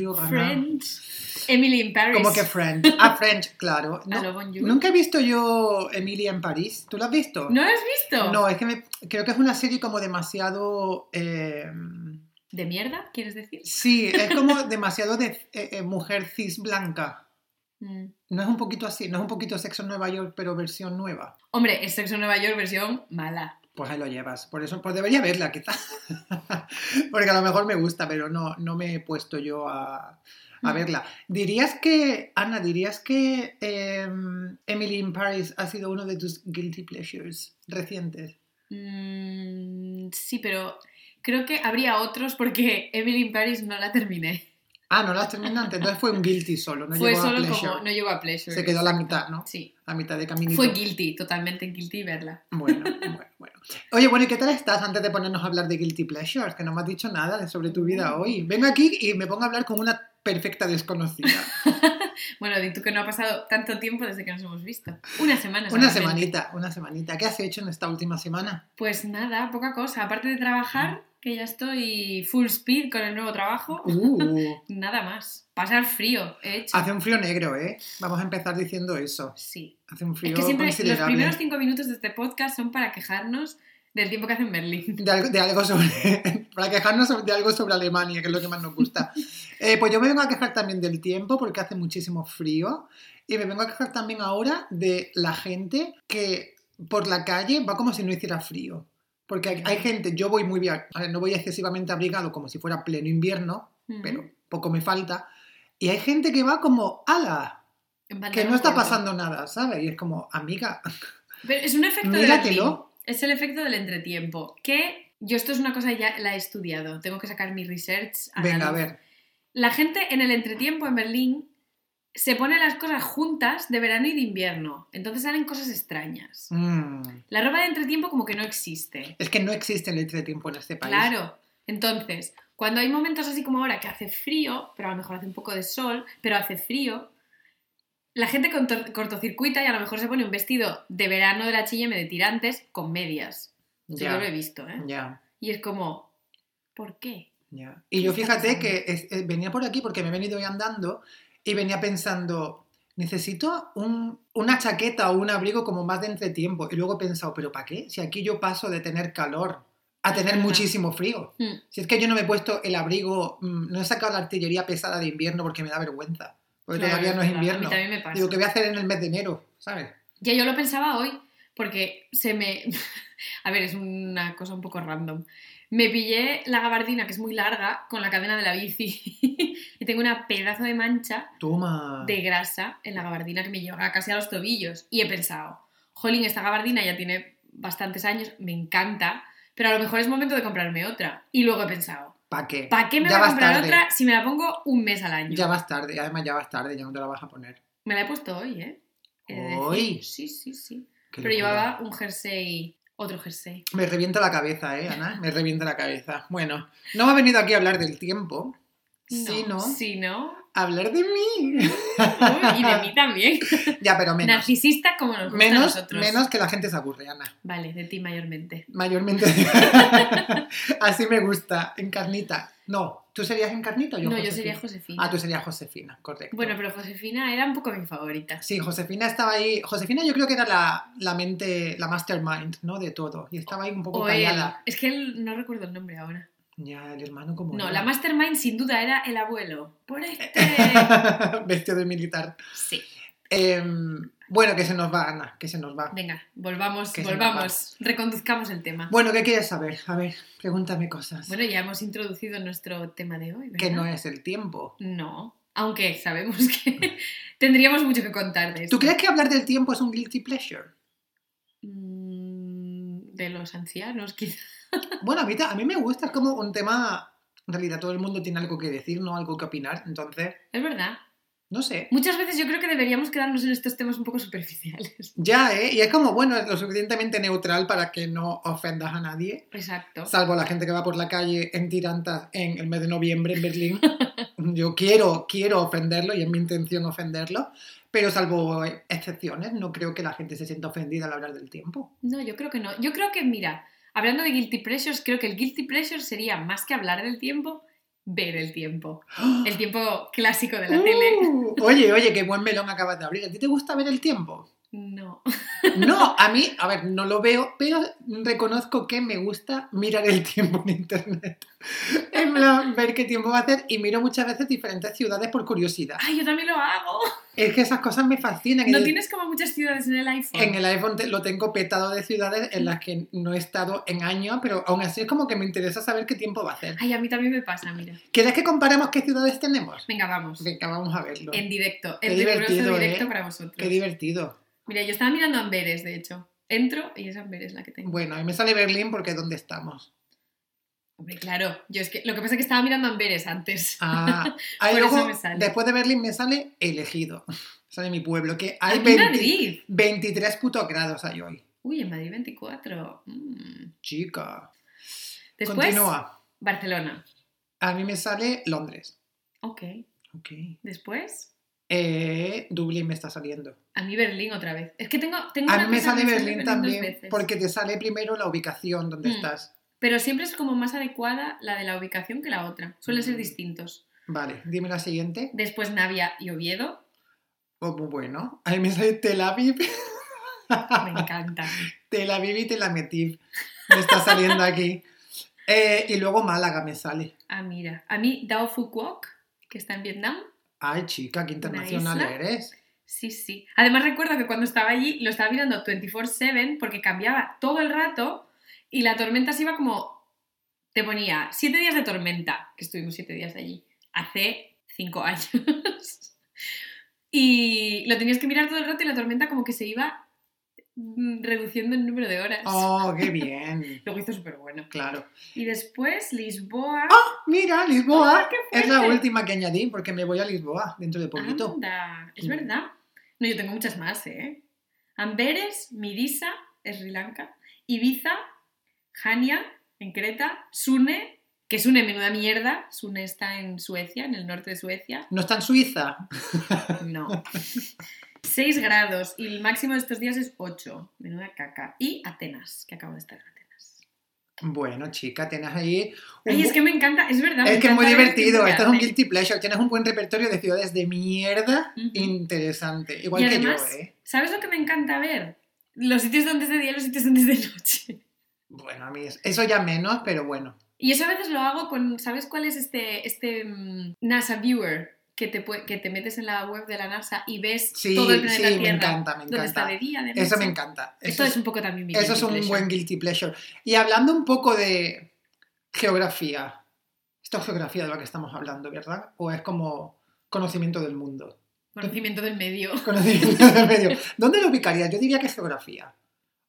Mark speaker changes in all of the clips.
Speaker 1: Uh, Emily in Paris.
Speaker 2: Ah, Como que French. Ah, French, claro.
Speaker 1: A
Speaker 2: No,
Speaker 1: lo Bon Jovi.
Speaker 2: nunca he visto yo Emilia en París. ¿Tú la has visto?
Speaker 1: ¿No lo has visto?
Speaker 2: No, es que me- creo que es una serie como demasiado... eh,
Speaker 1: ¿De mierda, quieres decir?
Speaker 2: sí, es como demasiado de eh, eh, mujer cis blanca.
Speaker 1: Mm.
Speaker 2: No es un poquito así, no es un poquito sexo en Nueva York, pero versión nueva.
Speaker 1: Hombre, es Sexo en Nueva York versión mala.
Speaker 2: Pues ahí lo llevas. Por eso, pues debería verla quizás. Porque a lo mejor me gusta, pero no, no me he puesto yo a, a
Speaker 1: Mm.
Speaker 2: verla. Dirías que, Ana, dirías que em, Emily in Paris ha sido uno de tus guilty pleasures recientes.
Speaker 1: Mm, sí, pero creo que habría otros porque Emily in Paris no la terminé.
Speaker 2: Ah, no la has terminado antes, entonces fue un guilty solo, no
Speaker 1: Fue
Speaker 2: llegó a
Speaker 1: solo
Speaker 2: pleasure.
Speaker 1: como no llegó a pleasure.
Speaker 2: Se quedó a la
Speaker 1: exacto.
Speaker 2: mitad, ¿no?
Speaker 1: Sí.
Speaker 2: A mitad de camino.
Speaker 1: Fue guilty, totalmente guilty verla.
Speaker 2: Bueno, bueno, bueno. Oye, bueno, ¿y qué tal estás antes de ponernos a hablar de guilty pleasures? Que no me has dicho nada de- sobre tu vida
Speaker 1: Mm.
Speaker 2: hoy. Vengo aquí y me pongo a hablar con una perfecta desconocida.
Speaker 1: Bueno, di tú que no ha pasado tanto tiempo desde que nos hemos visto. Una semana.
Speaker 2: Una
Speaker 1: solamente.
Speaker 2: semanita, una semanita. ¿Qué has hecho en esta última semana?
Speaker 1: Pues nada, poca cosa. Aparte de trabajar, que ya estoy full speed con el nuevo trabajo,
Speaker 2: Uh,
Speaker 1: nada más. Pasar frío, he hecho.
Speaker 2: hace un frío negro, ¿eh? Vamos a empezar diciendo eso.
Speaker 1: Sí.
Speaker 2: Hace un frío
Speaker 1: Es que siempre los
Speaker 2: considerable.
Speaker 1: primeros cinco minutos de este podcast son para quejarnos del tiempo que hace en Berlín.
Speaker 2: De algo, de algo sobre. para quejarnos sobre- de algo sobre Alemania, que es lo que más nos gusta. Eh, pues yo me vengo a quejar también del tiempo, porque hace muchísimo frío. Y me vengo a quejar también ahora de la gente que por la calle va como si no hiciera frío. Porque hay, hay gente, yo voy muy bien, a ver, no voy excesivamente abrigado como si fuera pleno invierno, pero poco me falta. Y hay gente que va como, ala,
Speaker 1: En
Speaker 2: que
Speaker 1: pantalón
Speaker 2: no está
Speaker 1: corto.
Speaker 2: pasando nada, ¿sabes? Y es como, amiga,
Speaker 1: Pero es un efecto de
Speaker 2: Míratelo.
Speaker 1: Berlín. Es el efecto del entretiempo. Que yo esto es una cosa que ya la he estudiado. Tengo que sacar mi research.
Speaker 2: venga a
Speaker 1: analysis.
Speaker 2: ver.
Speaker 1: La gente en el entretiempo en Berlín se pone las cosas juntas de verano y de invierno. Entonces salen cosas extrañas.
Speaker 2: Mm.
Speaker 1: La ropa de entretiempo como que no existe.
Speaker 2: Es que no existe el entretiempo en este país.
Speaker 1: Claro. Entonces, cuando hay momentos así como ahora que hace frío, pero a lo mejor hace un poco de sol, pero hace frío, la gente contor- cortocircuita y a lo mejor se pone un vestido de verano de la chilleme de tirantes con medias. Yo
Speaker 2: Ya, Mm.
Speaker 1: lo he visto, ¿eh?
Speaker 2: ya,
Speaker 1: Y es como, ¿por qué?
Speaker 2: ya. Y
Speaker 1: ¿Qué
Speaker 2: yo
Speaker 1: está
Speaker 2: fíjate
Speaker 1: pasando?
Speaker 2: que es- eh, venía por aquí porque me he venido hoy andando y venía pensando, necesito un- una chaqueta o un abrigo como más de entretiempo. Y luego he pensado, ¿pero para qué? Si aquí yo paso de tener calor a tener
Speaker 1: verdad.
Speaker 2: muchísimo frío.
Speaker 1: Mm.
Speaker 2: Si es que yo no me he puesto el abrigo, mm, no he sacado la artillería pesada de invierno porque me da vergüenza. Porque
Speaker 1: Claro,
Speaker 2: todavía no es
Speaker 1: claro,
Speaker 2: invierno.
Speaker 1: A mí también me pasa.
Speaker 2: Digo, ¿qué voy a hacer en el mes de enero? ¿Sabes?
Speaker 1: Ya yo lo pensaba hoy, porque se me. A ver, es una cosa un poco random. Me pillé la gabardina, que es muy larga, con la cadena de la bici. y tengo una pedazo de mancha
Speaker 2: Toma.
Speaker 1: de grasa en la gabardina que me llega casi a los tobillos. Y he pensado, jolín, esta gabardina ya tiene bastantes años, me encanta, pero a lo mejor es momento de comprarme otra. Y luego he pensado,
Speaker 2: ¿Para qué?
Speaker 1: ¿para qué me
Speaker 2: Ya
Speaker 1: voy a
Speaker 2: vas
Speaker 1: comprar
Speaker 2: tarde.
Speaker 1: otra si me la pongo un mes al año?
Speaker 2: Ya vas tarde, además ya vas tarde, ya no te la vas a poner.
Speaker 1: Me la he puesto hoy, ¿eh? He de decir,
Speaker 2: Hoy.
Speaker 1: Sí, sí, sí.
Speaker 2: Qué
Speaker 1: Pero
Speaker 2: locura.
Speaker 1: llevaba un jersey, otro jersey.
Speaker 2: Me revienta la cabeza, ¿eh, Ana? Me revienta la cabeza. Bueno, no me ha venido aquí a hablar del tiempo, sino
Speaker 1: Sí, ¿no?
Speaker 2: a hablar de mí.
Speaker 1: Uy, y de mí también.
Speaker 2: ya, pero menos.
Speaker 1: Narcisista como nos gusta a
Speaker 2: Menos,
Speaker 1: nosotros.
Speaker 2: menos que la gente se aburre, Ana.
Speaker 1: Vale, de ti mayormente.
Speaker 2: Mayormente. Así me gusta, encarnita. No, ¿tú serías encarnita o yo
Speaker 1: no, yo
Speaker 2: Josefina?
Speaker 1: sería Josefina.
Speaker 2: Ah, tú serías Josefina, correcto.
Speaker 1: Bueno, pero Josefina era un poco mi favorita.
Speaker 2: Sí, Josefina estaba ahí. Josefina yo creo que era la, la mente, la mastermind, ¿no? De todo. Y estaba ahí un poco
Speaker 1: O él.
Speaker 2: callada.
Speaker 1: Es que él, no recuerdo el nombre ahora.
Speaker 2: Ya, el hermano como...
Speaker 1: No,
Speaker 2: era.
Speaker 1: la mastermind sin duda era el abuelo. Por este.
Speaker 2: Vestido de militar.
Speaker 1: Sí.
Speaker 2: Em, bueno, que se nos va, Ana, que se nos va.
Speaker 1: Venga, volvamos,
Speaker 2: Que se me
Speaker 1: volvamos. Reconduzcamos el tema.
Speaker 2: Bueno, ¿qué quieres saber? A ver, pregúntame cosas.
Speaker 1: Bueno, ya hemos introducido nuestro tema de hoy, ¿verdad?
Speaker 2: que no es el tiempo.
Speaker 1: No, aunque sabemos que tendríamos mucho que contar de esto.
Speaker 2: ¿Tú crees que hablar del tiempo es un guilty pleasure?
Speaker 1: Mm, De los ancianos, quizá.
Speaker 2: Bueno, a mí, ta- a mí me gusta, es como un tema... En realidad todo el mundo tiene algo que decir, no algo que opinar, entonces,
Speaker 1: Es verdad.
Speaker 2: no sé.
Speaker 1: Muchas veces yo creo que deberíamos quedarnos en estos temas un poco superficiales.
Speaker 2: Ya, ¿eh? Y es como, bueno, es lo suficientemente neutral para que no ofendas a nadie.
Speaker 1: Exacto.
Speaker 2: Salvo la gente que va por la calle en tirantas en el mes de noviembre en Berlín. Yo quiero, quiero ofenderlo y es mi intención ofenderlo, pero salvo excepciones, no creo que la gente se sienta ofendida al hablar del tiempo.
Speaker 1: No, yo creo que no. Yo creo que, mira, hablando de guilty pleasures, creo que el guilty pleasure sería más que hablar del tiempo, ver el tiempo. El tiempo clásico de la tele.
Speaker 2: Uh, Oye, oye, qué buen melón acabas de abrir. ¿A ti te gusta ver el tiempo?
Speaker 1: No.
Speaker 2: No, a mí, a ver, no lo veo, pero reconozco que me gusta mirar el tiempo en internet. En plan, ver qué tiempo va a hacer y miro muchas veces diferentes ciudades por curiosidad.
Speaker 1: Ay, yo también lo hago.
Speaker 2: Es que esas cosas me fascinan.
Speaker 1: No
Speaker 2: El-
Speaker 1: tienes como muchas ciudades en el iPhone.
Speaker 2: En el iPhone te- lo tengo petado de ciudades en las que no he estado en años, pero aún así es como que me interesa saber qué tiempo va a hacer.
Speaker 1: Ay, a mí también me pasa, mira.
Speaker 2: ¿Quieres que comparemos qué ciudades tenemos?
Speaker 1: Venga, vamos.
Speaker 2: Venga, vamos a verlo.
Speaker 1: En directo.
Speaker 2: Qué
Speaker 1: El riguroso
Speaker 2: divertido,
Speaker 1: directo
Speaker 2: ¿eh?
Speaker 1: para vosotros.
Speaker 2: Qué divertido.
Speaker 1: Mira, yo estaba mirando Amberes, de hecho. Entro y es Amberes la que tengo.
Speaker 2: Bueno, a mí me sale Berlín porque es donde estamos.
Speaker 1: Hombre, claro. Yo es que lo que pasa es que estaba mirando Amberes antes.
Speaker 2: Ah, ahí
Speaker 1: Por eso
Speaker 2: luego,
Speaker 1: me sale.
Speaker 2: después de Berlín me sale elegido. Sale mi pueblo, que hay
Speaker 1: Aquí en
Speaker 2: 20
Speaker 1: Madrid.
Speaker 2: 23 putos grados hay hoy.
Speaker 1: Uy, en Madrid 24. Mm.
Speaker 2: Chica.
Speaker 1: Después,
Speaker 2: Continúa.
Speaker 1: Barcelona.
Speaker 2: A mí me sale Londres.
Speaker 1: Ok.
Speaker 2: Ok.
Speaker 1: Después,
Speaker 2: Eh, Dublín me está saliendo.
Speaker 1: a mí Berlín otra vez. Es que tengo. tengo
Speaker 2: A
Speaker 1: una
Speaker 2: mí me
Speaker 1: cosa,
Speaker 2: sale Berlín
Speaker 1: dos
Speaker 2: también
Speaker 1: veces.
Speaker 2: porque te sale primero la ubicación donde
Speaker 1: Mm.
Speaker 2: estás.
Speaker 1: Pero siempre es como más adecuada la de la ubicación que la otra. Suelen ser
Speaker 2: Mm.
Speaker 1: distintos.
Speaker 2: Vale, dime la siguiente.
Speaker 1: Después Navia y Oviedo.
Speaker 2: Oh, muy bueno. A mí me sale Tel Aviv.
Speaker 1: Me encanta.
Speaker 2: Tel Aviv y Tel Ametiv. Me está saliendo aquí. Eh, y luego Málaga me sale.
Speaker 1: Ah, mira. A mí Dao Phu Quoc, que está en Vietnam.
Speaker 2: Ay, chica, qué internacional
Speaker 1: isla?
Speaker 2: eres.
Speaker 1: Sí, sí. Además recuerdo que cuando estaba allí lo estaba mirando 24/7 porque cambiaba todo el rato y la tormenta se iba como... Te ponía siete días de tormenta, que estuvimos siete días allí, hace cinco años. y lo tenías que mirar todo el rato y la tormenta como que se iba mm, reduciendo el número de horas.
Speaker 2: Oh, qué bien.
Speaker 1: Luego hizo súper bueno.
Speaker 2: Claro.
Speaker 1: Y después Lisboa...
Speaker 2: Mira, Lisboa.
Speaker 1: Ah, qué
Speaker 2: es la
Speaker 1: fuerte. Ah.
Speaker 2: última que añadí porque me voy a Lisboa dentro de poquito.
Speaker 1: Anda, es
Speaker 2: Mm.
Speaker 1: verdad. No, yo tengo muchas más, ¿eh? Amberes, Midisa, Sri Lanka, Ibiza, Jania, en Creta, Sune, que Sune, menuda mierda. Sune está en Suecia, en el norte de Suecia.
Speaker 2: No está en Suiza.
Speaker 1: No. 6 grados y el máximo de estos días es 8. Menuda caca. Y Atenas, que acabo de estar en Atenas.
Speaker 2: Bueno, chica, tienes ahí. un
Speaker 1: Ay,
Speaker 2: bu-
Speaker 1: es que me encanta, es verdad. me
Speaker 2: Es que es muy
Speaker 1: encanta ver
Speaker 2: divertido,
Speaker 1: este
Speaker 2: esto es un
Speaker 1: lugar.
Speaker 2: guilty pleasure. Tienes un buen repertorio de ciudades de mierda
Speaker 1: Ujú.
Speaker 2: interesante. Igual
Speaker 1: y
Speaker 2: que
Speaker 1: además,
Speaker 2: yo, ¿eh?
Speaker 1: ¿sabes lo que me encanta ver? Los sitios donde es de día y los sitios donde es de noche.
Speaker 2: Bueno, a mí es- eso ya menos, pero bueno.
Speaker 1: Y eso a veces lo hago con, ¿sabes cuál es este, este mm, NASA Viewer? Que te, pue- que te metes en la web de la NASA y ves
Speaker 2: Sí,
Speaker 1: todo el
Speaker 2: sí,
Speaker 1: planeta
Speaker 2: me
Speaker 1: Tierra.
Speaker 2: encanta, me
Speaker 1: Donde está
Speaker 2: encanta.
Speaker 1: de día, de noche.
Speaker 2: Eso me encanta. Eso
Speaker 1: Esto
Speaker 2: es,
Speaker 1: es un poco también mi
Speaker 2: eso es
Speaker 1: guilty
Speaker 2: un
Speaker 1: pleasure.
Speaker 2: buen guilty pleasure. Y hablando un poco de geografía, esto es geografía de la que estamos hablando, ¿verdad? O es como conocimiento del mundo.
Speaker 1: Conocimiento del medio.
Speaker 2: Conocimiento del medio. ¿Dónde lo ubicaría? Yo diría que es geografía.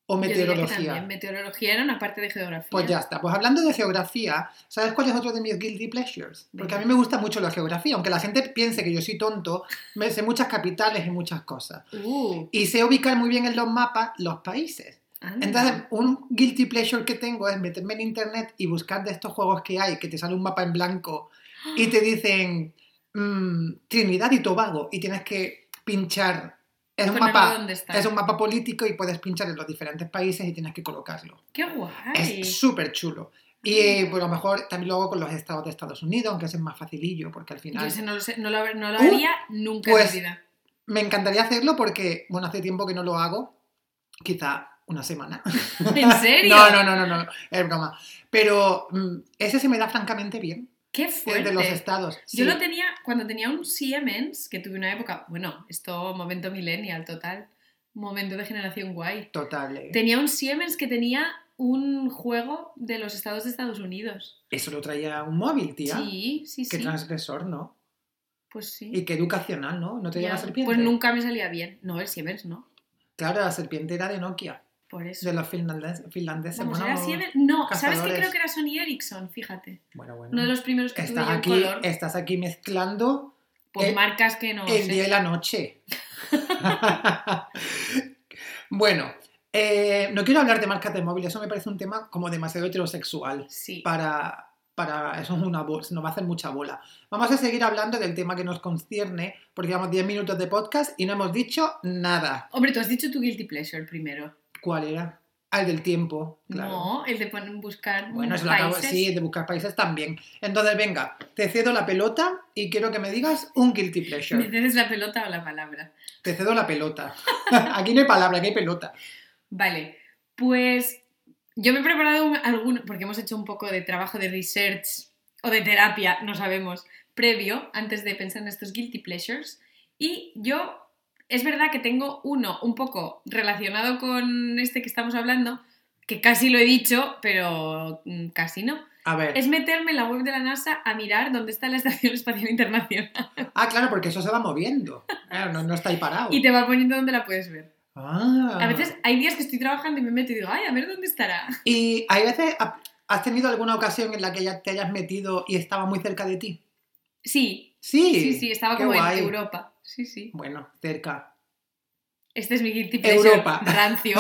Speaker 2: O
Speaker 1: Yo diría que
Speaker 2: meteorología.
Speaker 1: también meteorología era una parte de geografía.
Speaker 2: Pues ya está. Pues hablando de geografía, ¿sabes cuál es otro de mis guilty pleasures? Porque a mí
Speaker 1: Venga.
Speaker 2: me gusta mucho la geografía, aunque la gente piense que yo soy tonto, me sé muchas capitales y muchas cosas.
Speaker 1: Uh,
Speaker 2: Y sé ubicar muy bien en los mapas los países.
Speaker 1: anda.
Speaker 2: Entonces, un guilty pleasure que tengo es meterme en internet y buscar de estos juegos que hay, que te sale un mapa en blanco y te dicen mm, Trinidad y Tobago y tienes que pinchar. Es un
Speaker 1: Ponerlo
Speaker 2: mapa.
Speaker 1: donde está.
Speaker 2: Es un mapa político y puedes pinchar en los diferentes países y tienes que colocarlo.
Speaker 1: Qué guay.
Speaker 2: Es súper chulo. Y eh, por lo mejor también lo hago con los estados de Estados Unidos, aunque ese es más facilillo, porque al
Speaker 1: Yo
Speaker 2: final...
Speaker 1: ese no lo, sé- no lo, no lo
Speaker 2: Uh,
Speaker 1: haría nunca
Speaker 2: pues,
Speaker 1: en mi vida.
Speaker 2: Me encantaría hacerlo porque, bueno, hace tiempo que no lo hago, quizá una semana.
Speaker 1: ¿En serio?
Speaker 2: No, no, no, no, no, es broma. Pero mm, ese se me da francamente bien,
Speaker 1: Qué
Speaker 2: el
Speaker 1: fuerte.
Speaker 2: de los estados.
Speaker 1: Yo
Speaker 2: Sí.
Speaker 1: lo tenía, cuando tenía un Siemens, que tuve una época, bueno, esto momento millennial total, momento de generación guay.
Speaker 2: Total, eh.
Speaker 1: Tenía un Siemens que tenía un juego de los estados de Estados Unidos.
Speaker 2: eso lo traía un móvil, tía.
Speaker 1: Sí, sí,
Speaker 2: Qué
Speaker 1: sí.
Speaker 2: transgresor, ¿no?
Speaker 1: Pues sí.
Speaker 2: Y qué educacional, ¿no? ¿No te
Speaker 1: Ya,
Speaker 2: llama serpiente?
Speaker 1: Pues nunca me salía bien. No, el Siemens no.
Speaker 2: Claro, la serpiente era de Nokia,
Speaker 1: Por eso.
Speaker 2: de los finlandes- finlandeses.
Speaker 1: Vamos,
Speaker 2: bueno,
Speaker 1: ¿era Siemens? No, ¿sabes
Speaker 2: cazadores.
Speaker 1: qué creo que era Sony Ericsson? Fíjate.
Speaker 2: bueno, bueno.
Speaker 1: Uno de los primeros que tuve
Speaker 2: Estás
Speaker 1: yo en
Speaker 2: aquí,
Speaker 1: color.
Speaker 2: estás aquí mezclando
Speaker 1: Pues
Speaker 2: eh,
Speaker 1: marcas que no
Speaker 2: el
Speaker 1: sé.
Speaker 2: día y la noche. bueno, eh, no quiero hablar de marcas de móvil, eso me parece un tema como demasiado heterosexual
Speaker 1: Sí.
Speaker 2: para, para eso es una bolsa, nos va a hacer mucha bola. Vamos a seguir hablando del tema que nos concierne, porque llevamos 10 minutos de podcast y no hemos dicho nada.
Speaker 1: Hombre, tú has dicho tu guilty pleasure primero.
Speaker 2: ¿Cuál era? Al del tiempo, claro.
Speaker 1: No, el de poner- buscar
Speaker 2: Bueno,
Speaker 1: países.
Speaker 2: eso lo acabo, sí, de buscar países también. Entonces, venga, te cedo la pelota y quiero que me digas un guilty
Speaker 1: ¿Me
Speaker 2: pleasure.
Speaker 1: cedes la pelota o la palabra?
Speaker 2: Te cedo la pelota. aquí no hay palabra, aquí hay pelota.
Speaker 1: Vale, pues yo me he preparado un- algún, porque hemos hecho un poco de trabajo de research o de terapia, no sabemos, previo, antes de pensar en estos guilty pleasures. Y yo, es verdad que tengo uno un poco relacionado con este que estamos hablando, que casi lo he dicho, pero mm, casi no.
Speaker 2: A ver.
Speaker 1: Es meterme en la web de la NASA a mirar dónde está la Estación Espacial Internacional
Speaker 2: Ah, claro, porque eso se va moviendo. Claro, no, no está ahí parado.
Speaker 1: y te va poniendo dónde la puedes ver.
Speaker 2: Ah.
Speaker 1: A veces hay días que estoy trabajando y me meto y digo, ay, a ver dónde estará.
Speaker 2: ¿Y hay veces ha- has tenido alguna ocasión en la que ya te hayas metido y estaba muy cerca de ti?
Speaker 1: Sí,
Speaker 2: Sí.
Speaker 1: Sí, sí, estaba
Speaker 2: qué
Speaker 1: como
Speaker 2: guay.
Speaker 1: en Europa. Sí, sí.
Speaker 2: Bueno, cerca.
Speaker 1: Este es mi guilty pleasure
Speaker 2: Europa.
Speaker 1: rancio.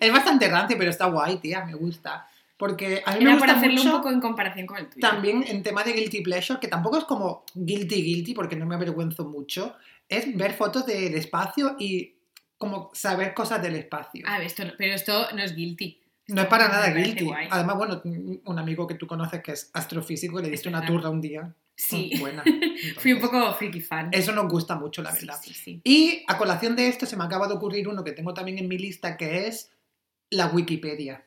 Speaker 2: Es bastante rancio, pero está guay, tía, me gusta. Porque a mí me
Speaker 1: Era para
Speaker 2: gusta
Speaker 1: hacerlo
Speaker 2: mucho
Speaker 1: un poco en comparación con el tuyo.
Speaker 2: también en tema de guilty pleasure, que tampoco es como guilty guilty porque no me avergüenzo mucho, es ver fotos de- del espacio y como saber cosas del espacio.
Speaker 1: A ver, esto no- pero esto no es guilty.
Speaker 2: No es para
Speaker 1: Ah, Me
Speaker 2: nada
Speaker 1: parece
Speaker 2: guilty.
Speaker 1: guay.
Speaker 2: Además, bueno, un amigo que tú conoces que es astrofísico le diste una
Speaker 1: verdad.
Speaker 2: turra un día.
Speaker 1: Sí,
Speaker 2: Mm, Buena.
Speaker 1: fui un
Speaker 2: Entonces,
Speaker 1: poco freaky fan.
Speaker 2: Eso nos gusta mucho, la
Speaker 1: Sí,
Speaker 2: verdad.
Speaker 1: sí, sí.
Speaker 2: Y a colación de esto se me acaba de ocurrir uno que tengo también en mi lista que es la Wikipedia.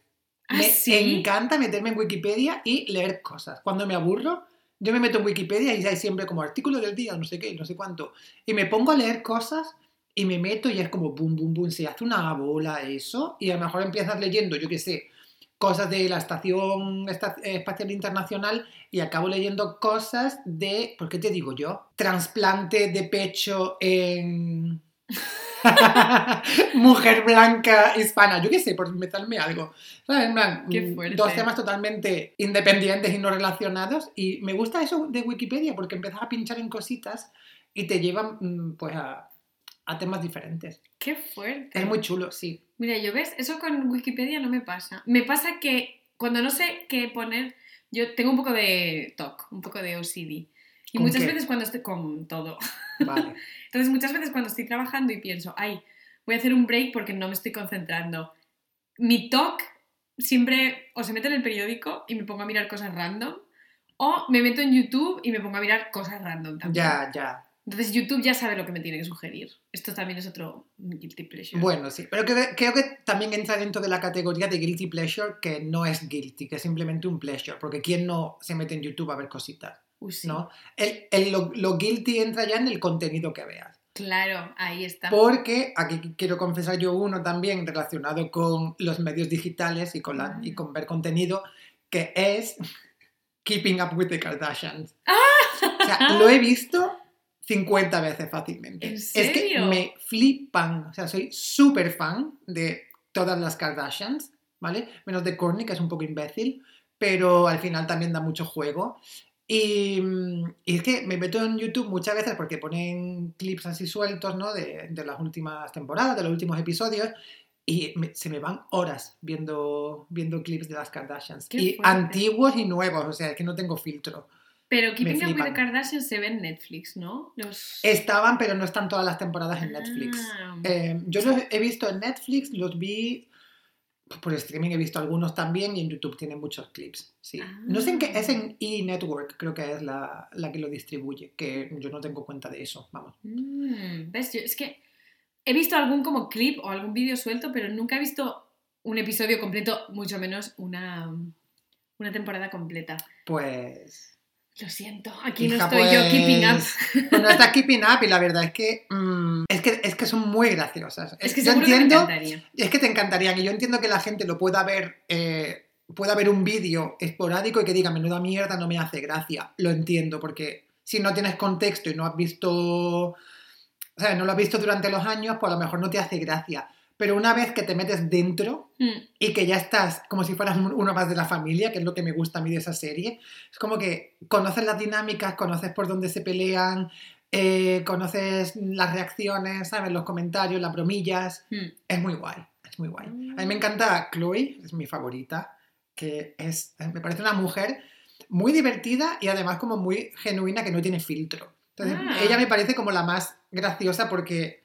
Speaker 1: Ah,
Speaker 2: me
Speaker 1: sí.
Speaker 2: encanta meterme en Wikipedia y leer cosas. Cuando me aburro, yo me meto en Wikipedia y hay siempre como artículo del día, no sé qué, no sé cuánto. Y me pongo a leer cosas y me meto y es como boom, boom, boom, se hace una bola eso y a lo mejor empiezas leyendo, yo qué sé, cosas de la Estación Esta- eh, Espacial Internacional y acabo leyendo cosas de, ¿por qué te digo yo? Transplante de pecho en... Mujer blanca hispana, yo qué sé, por inventarme algo. ¿Sabes? En plan,
Speaker 1: Qué
Speaker 2: mm,
Speaker 1: fuerte.
Speaker 2: dos temas totalmente independientes y no relacionados. Y me gusta eso de Wikipedia porque empiezas a pinchar en cositas y te llevan mm, pues a, a temas diferentes.
Speaker 1: Qué fuerte.
Speaker 2: Es muy chulo, sí.
Speaker 1: Mira, yo ves, eso con Wikipedia no me pasa. Me pasa que cuando no sé qué poner, yo tengo un poco de TOC, un poco de OCD. Y
Speaker 2: ¿Con
Speaker 1: muchas
Speaker 2: qué?
Speaker 1: veces cuando estoy con todo.
Speaker 2: Vale.
Speaker 1: Entonces muchas veces cuando estoy trabajando y pienso, ay, voy a hacer un break porque no me estoy concentrando. Mi talk siempre o se mete en el periódico y me pongo a mirar cosas random o me meto en YouTube y me pongo a mirar cosas random también.
Speaker 2: ya, ya.
Speaker 1: Entonces YouTube ya sabe lo que me tiene que sugerir. Esto también es otro guilty pleasure.
Speaker 2: Bueno, sí. Pero creo, creo que también entra dentro de la categoría de guilty pleasure que no es guilty, que es simplemente un pleasure. Porque ¿quién no se mete en YouTube a ver cositas?
Speaker 1: Uy, sí.
Speaker 2: ¿No? El, el- lo, lo guilty entra ya en el contenido que veas.
Speaker 1: Claro, ahí está.
Speaker 2: Porque aquí quiero confesar yo uno también relacionado con los medios digitales y con, la-
Speaker 1: Ah.
Speaker 2: y con ver contenido, que es Keeping Up with the Kardashians.
Speaker 1: Ah.
Speaker 2: O sea, lo he visto 50 veces fácilmente.
Speaker 1: ¿En
Speaker 2: Es que
Speaker 1: serio?
Speaker 2: me flipan. O sea, soy súper fan de todas las Kardashians, ¿vale? Menos de Kourtney, que es un poco imbécil, pero al final también da mucho juego. Y, mm, y es que me meto en YouTube muchas veces porque ponen clips así sueltos, ¿no? De, de las últimas temporadas, de los últimos episodios, y me- se me van horas viendo, viendo clips de las Kardashians.
Speaker 1: Qué
Speaker 2: y
Speaker 1: fuerte.
Speaker 2: antiguos y nuevos, o sea, es que no tengo filtro.
Speaker 1: Pero Keeping Up with the
Speaker 2: flipan.
Speaker 1: Kardashians se ve en Netflix, ¿no? Los...
Speaker 2: Estaban, pero no están todas las temporadas en Netflix.
Speaker 1: Ah.
Speaker 2: Eh, yo los he visto en Netflix, los vi pues, por streaming, he visto algunos también y en YouTube tienen muchos clips. Sí. No sé en qué, es
Speaker 1: Ah.
Speaker 2: en E! Network, creo que es la, la que lo distribuye, que yo no tengo cuenta de eso, vamos.
Speaker 1: Mm, ¿Ves? Yo- es que he visto algún como clip o algún vídeo suelto, pero nunca he visto un episodio completo, mucho menos una, una temporada completa.
Speaker 2: Pues.
Speaker 1: Lo siento, aquí no
Speaker 2: hija,
Speaker 1: estoy yo keeping up.
Speaker 2: pues, No está keeping up y la verdad es que, mm, es que, es que son muy graciosas.
Speaker 1: Es que
Speaker 2: yo
Speaker 1: seguro que me
Speaker 2: entiendo,
Speaker 1: encantaría.
Speaker 2: Es que te encantaría, que yo entiendo que la gente lo pueda ver, eh, pueda ver un vídeo esporádico y que diga, menuda mierda, no me hace gracia. Lo entiendo, porque si no tienes contexto y no has visto, ¿sabes? No lo has visto durante los años, pues a lo mejor no te hace gracia. Pero una vez que te metes dentro
Speaker 1: Mm,
Speaker 2: y que ya estás como si fueras un- uno más de la familia, que es lo que me gusta a mí de esa serie, es como que conoces las dinámicas, conoces por dónde se pelean, eh, conoces las reacciones, ¿sabes? Los comentarios, las bromillas.
Speaker 1: mm.
Speaker 2: Es muy guay, es muy guay. A mí me encanta Chloe, es mi favorita, que es, eh, me parece una mujer muy divertida y además como muy genuina que no tiene filtro. Entonces,
Speaker 1: Ah.
Speaker 2: ella me parece como la más graciosa porque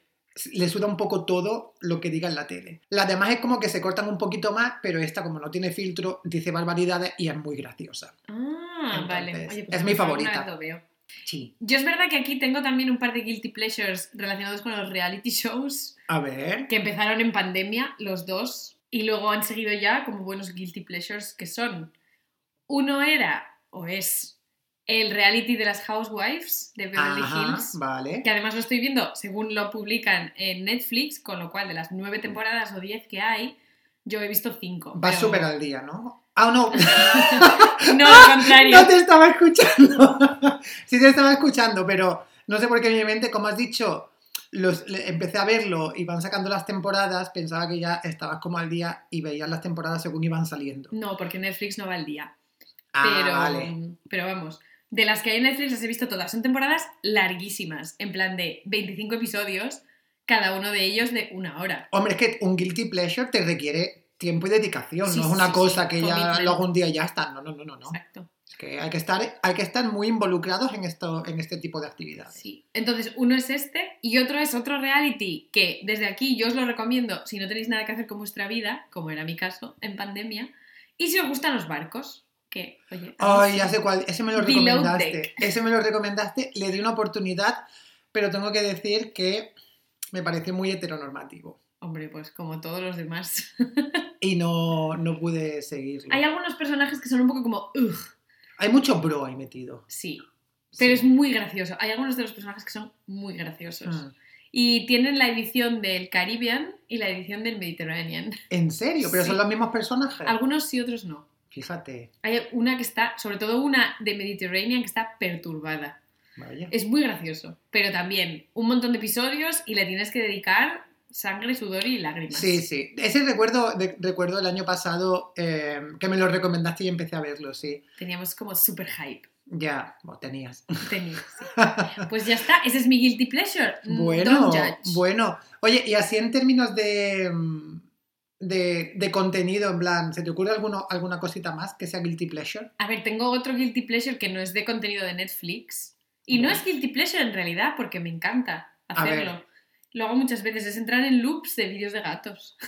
Speaker 2: le suda un poco todo lo que diga en la tele. Las demás es como que se cortan un poquito más, pero esta, como no tiene filtro, dice barbaridades y es muy graciosa.
Speaker 1: Ah,
Speaker 2: Entonces,
Speaker 1: vale. Oye, pues
Speaker 2: es mi
Speaker 1: alguna
Speaker 2: favorita.
Speaker 1: vez lo veo.
Speaker 2: Sí.
Speaker 1: Yo es verdad que aquí tengo también un par de guilty pleasures relacionados con los reality shows
Speaker 2: A ver.
Speaker 1: que empezaron en pandemia, los dos, y luego han seguido ya como buenos guilty pleasures que son. Uno era, o es, el reality de las Housewives de Beverly
Speaker 2: Ajá,
Speaker 1: Hills.
Speaker 2: vale.
Speaker 1: Que además lo estoy viendo según lo publican en Netflix, con lo cual de las
Speaker 2: Mm.
Speaker 1: nueve temporadas o diez que hay, yo he visto cinco.
Speaker 2: Vas
Speaker 1: pero-
Speaker 2: súper al día, ¿no? Ah, no.
Speaker 1: No, al contrario.
Speaker 2: No te estaba escuchando. sí te estaba escuchando, pero no sé por qué mi mente, como has dicho, los, le- empecé a verlo y van sacando las temporadas, pensaba que ya estabas como al día y veías las temporadas según iban saliendo.
Speaker 1: No, porque Netflix no va al día.
Speaker 2: ah,
Speaker 1: Pero,
Speaker 2: vale.
Speaker 1: pero vamos, de las que hay en Netflix las he visto todas. Son temporadas larguísimas, en plan de 25 episodios, cada uno de ellos de una hora.
Speaker 2: Hombre, es que un guilty pleasure te requiere tiempo y dedicación,
Speaker 1: Sí,
Speaker 2: no es
Speaker 1: sí,
Speaker 2: una
Speaker 1: sí,
Speaker 2: cosa
Speaker 1: sí,
Speaker 2: que ya
Speaker 1: commitment.
Speaker 2: lo hago un día y ya está. No, no, no, no, no.
Speaker 1: Exacto.
Speaker 2: Es que hay que estar, hay que estar muy involucrados en esto, en este tipo de actividades.
Speaker 1: Sí. Entonces, uno es este y otro es otro reality que desde aquí yo os lo recomiendo si no tenéis nada que hacer con vuestra vida, como era mi caso en pandemia, y si os gustan los barcos, que, oye, a mí
Speaker 2: Ay,
Speaker 1: sí.
Speaker 2: ya sé cuál. Ese me lo
Speaker 1: Below
Speaker 2: recomendaste.
Speaker 1: Deck.
Speaker 2: Ese me lo recomendaste. Le di una oportunidad, pero tengo que decir que me parece muy heteronormativo.
Speaker 1: Hombre, pues como todos los demás.
Speaker 2: Y no, no pude seguirlo.
Speaker 1: Hay algunos personajes que son un poco como, "Ugh",
Speaker 2: Hay mucho bro ahí metido.
Speaker 1: sí,
Speaker 2: Sí.
Speaker 1: pero es muy gracioso. Hay algunos de los personajes que son muy graciosos.
Speaker 2: Mm.
Speaker 1: Y tienen la edición del Caribbean y la edición del Mediterranean.
Speaker 2: ¿En serio? ¿Pero
Speaker 1: Sí.
Speaker 2: son los mismos personajes?
Speaker 1: Algunos sí, otros no.
Speaker 2: Fíjate.
Speaker 1: Hay una que está, sobre todo una de Mediterranean que está perturbada.
Speaker 2: Vaya.
Speaker 1: Es muy gracioso, pero también un montón de episodios y le tienes que dedicar sangre, sudor y lágrimas.
Speaker 2: Sí, sí. Ese recuerdo, de- recuerdo el año pasado eh, que me lo recomendaste y empecé a verlo, sí.
Speaker 1: Teníamos como super hype.
Speaker 2: Ya, lo tenías.
Speaker 1: Teníamos, sí. Pues ya está, ese es mi guilty pleasure. Mm,
Speaker 2: Bueno,
Speaker 1: don't judge.
Speaker 2: bueno. Oye, y así en términos de, mm, de, de contenido, en plan, ¿se te ocurre alguno, alguna cosita más que sea guilty pleasure?
Speaker 1: A ver, tengo otro guilty pleasure que no es de contenido de Netflix. Y no
Speaker 2: Bueno.
Speaker 1: es guilty pleasure en realidad, porque me encanta
Speaker 2: A ver.
Speaker 1: hacerlo. Lo hago muchas veces, es entrar en loops de vídeos de gatos.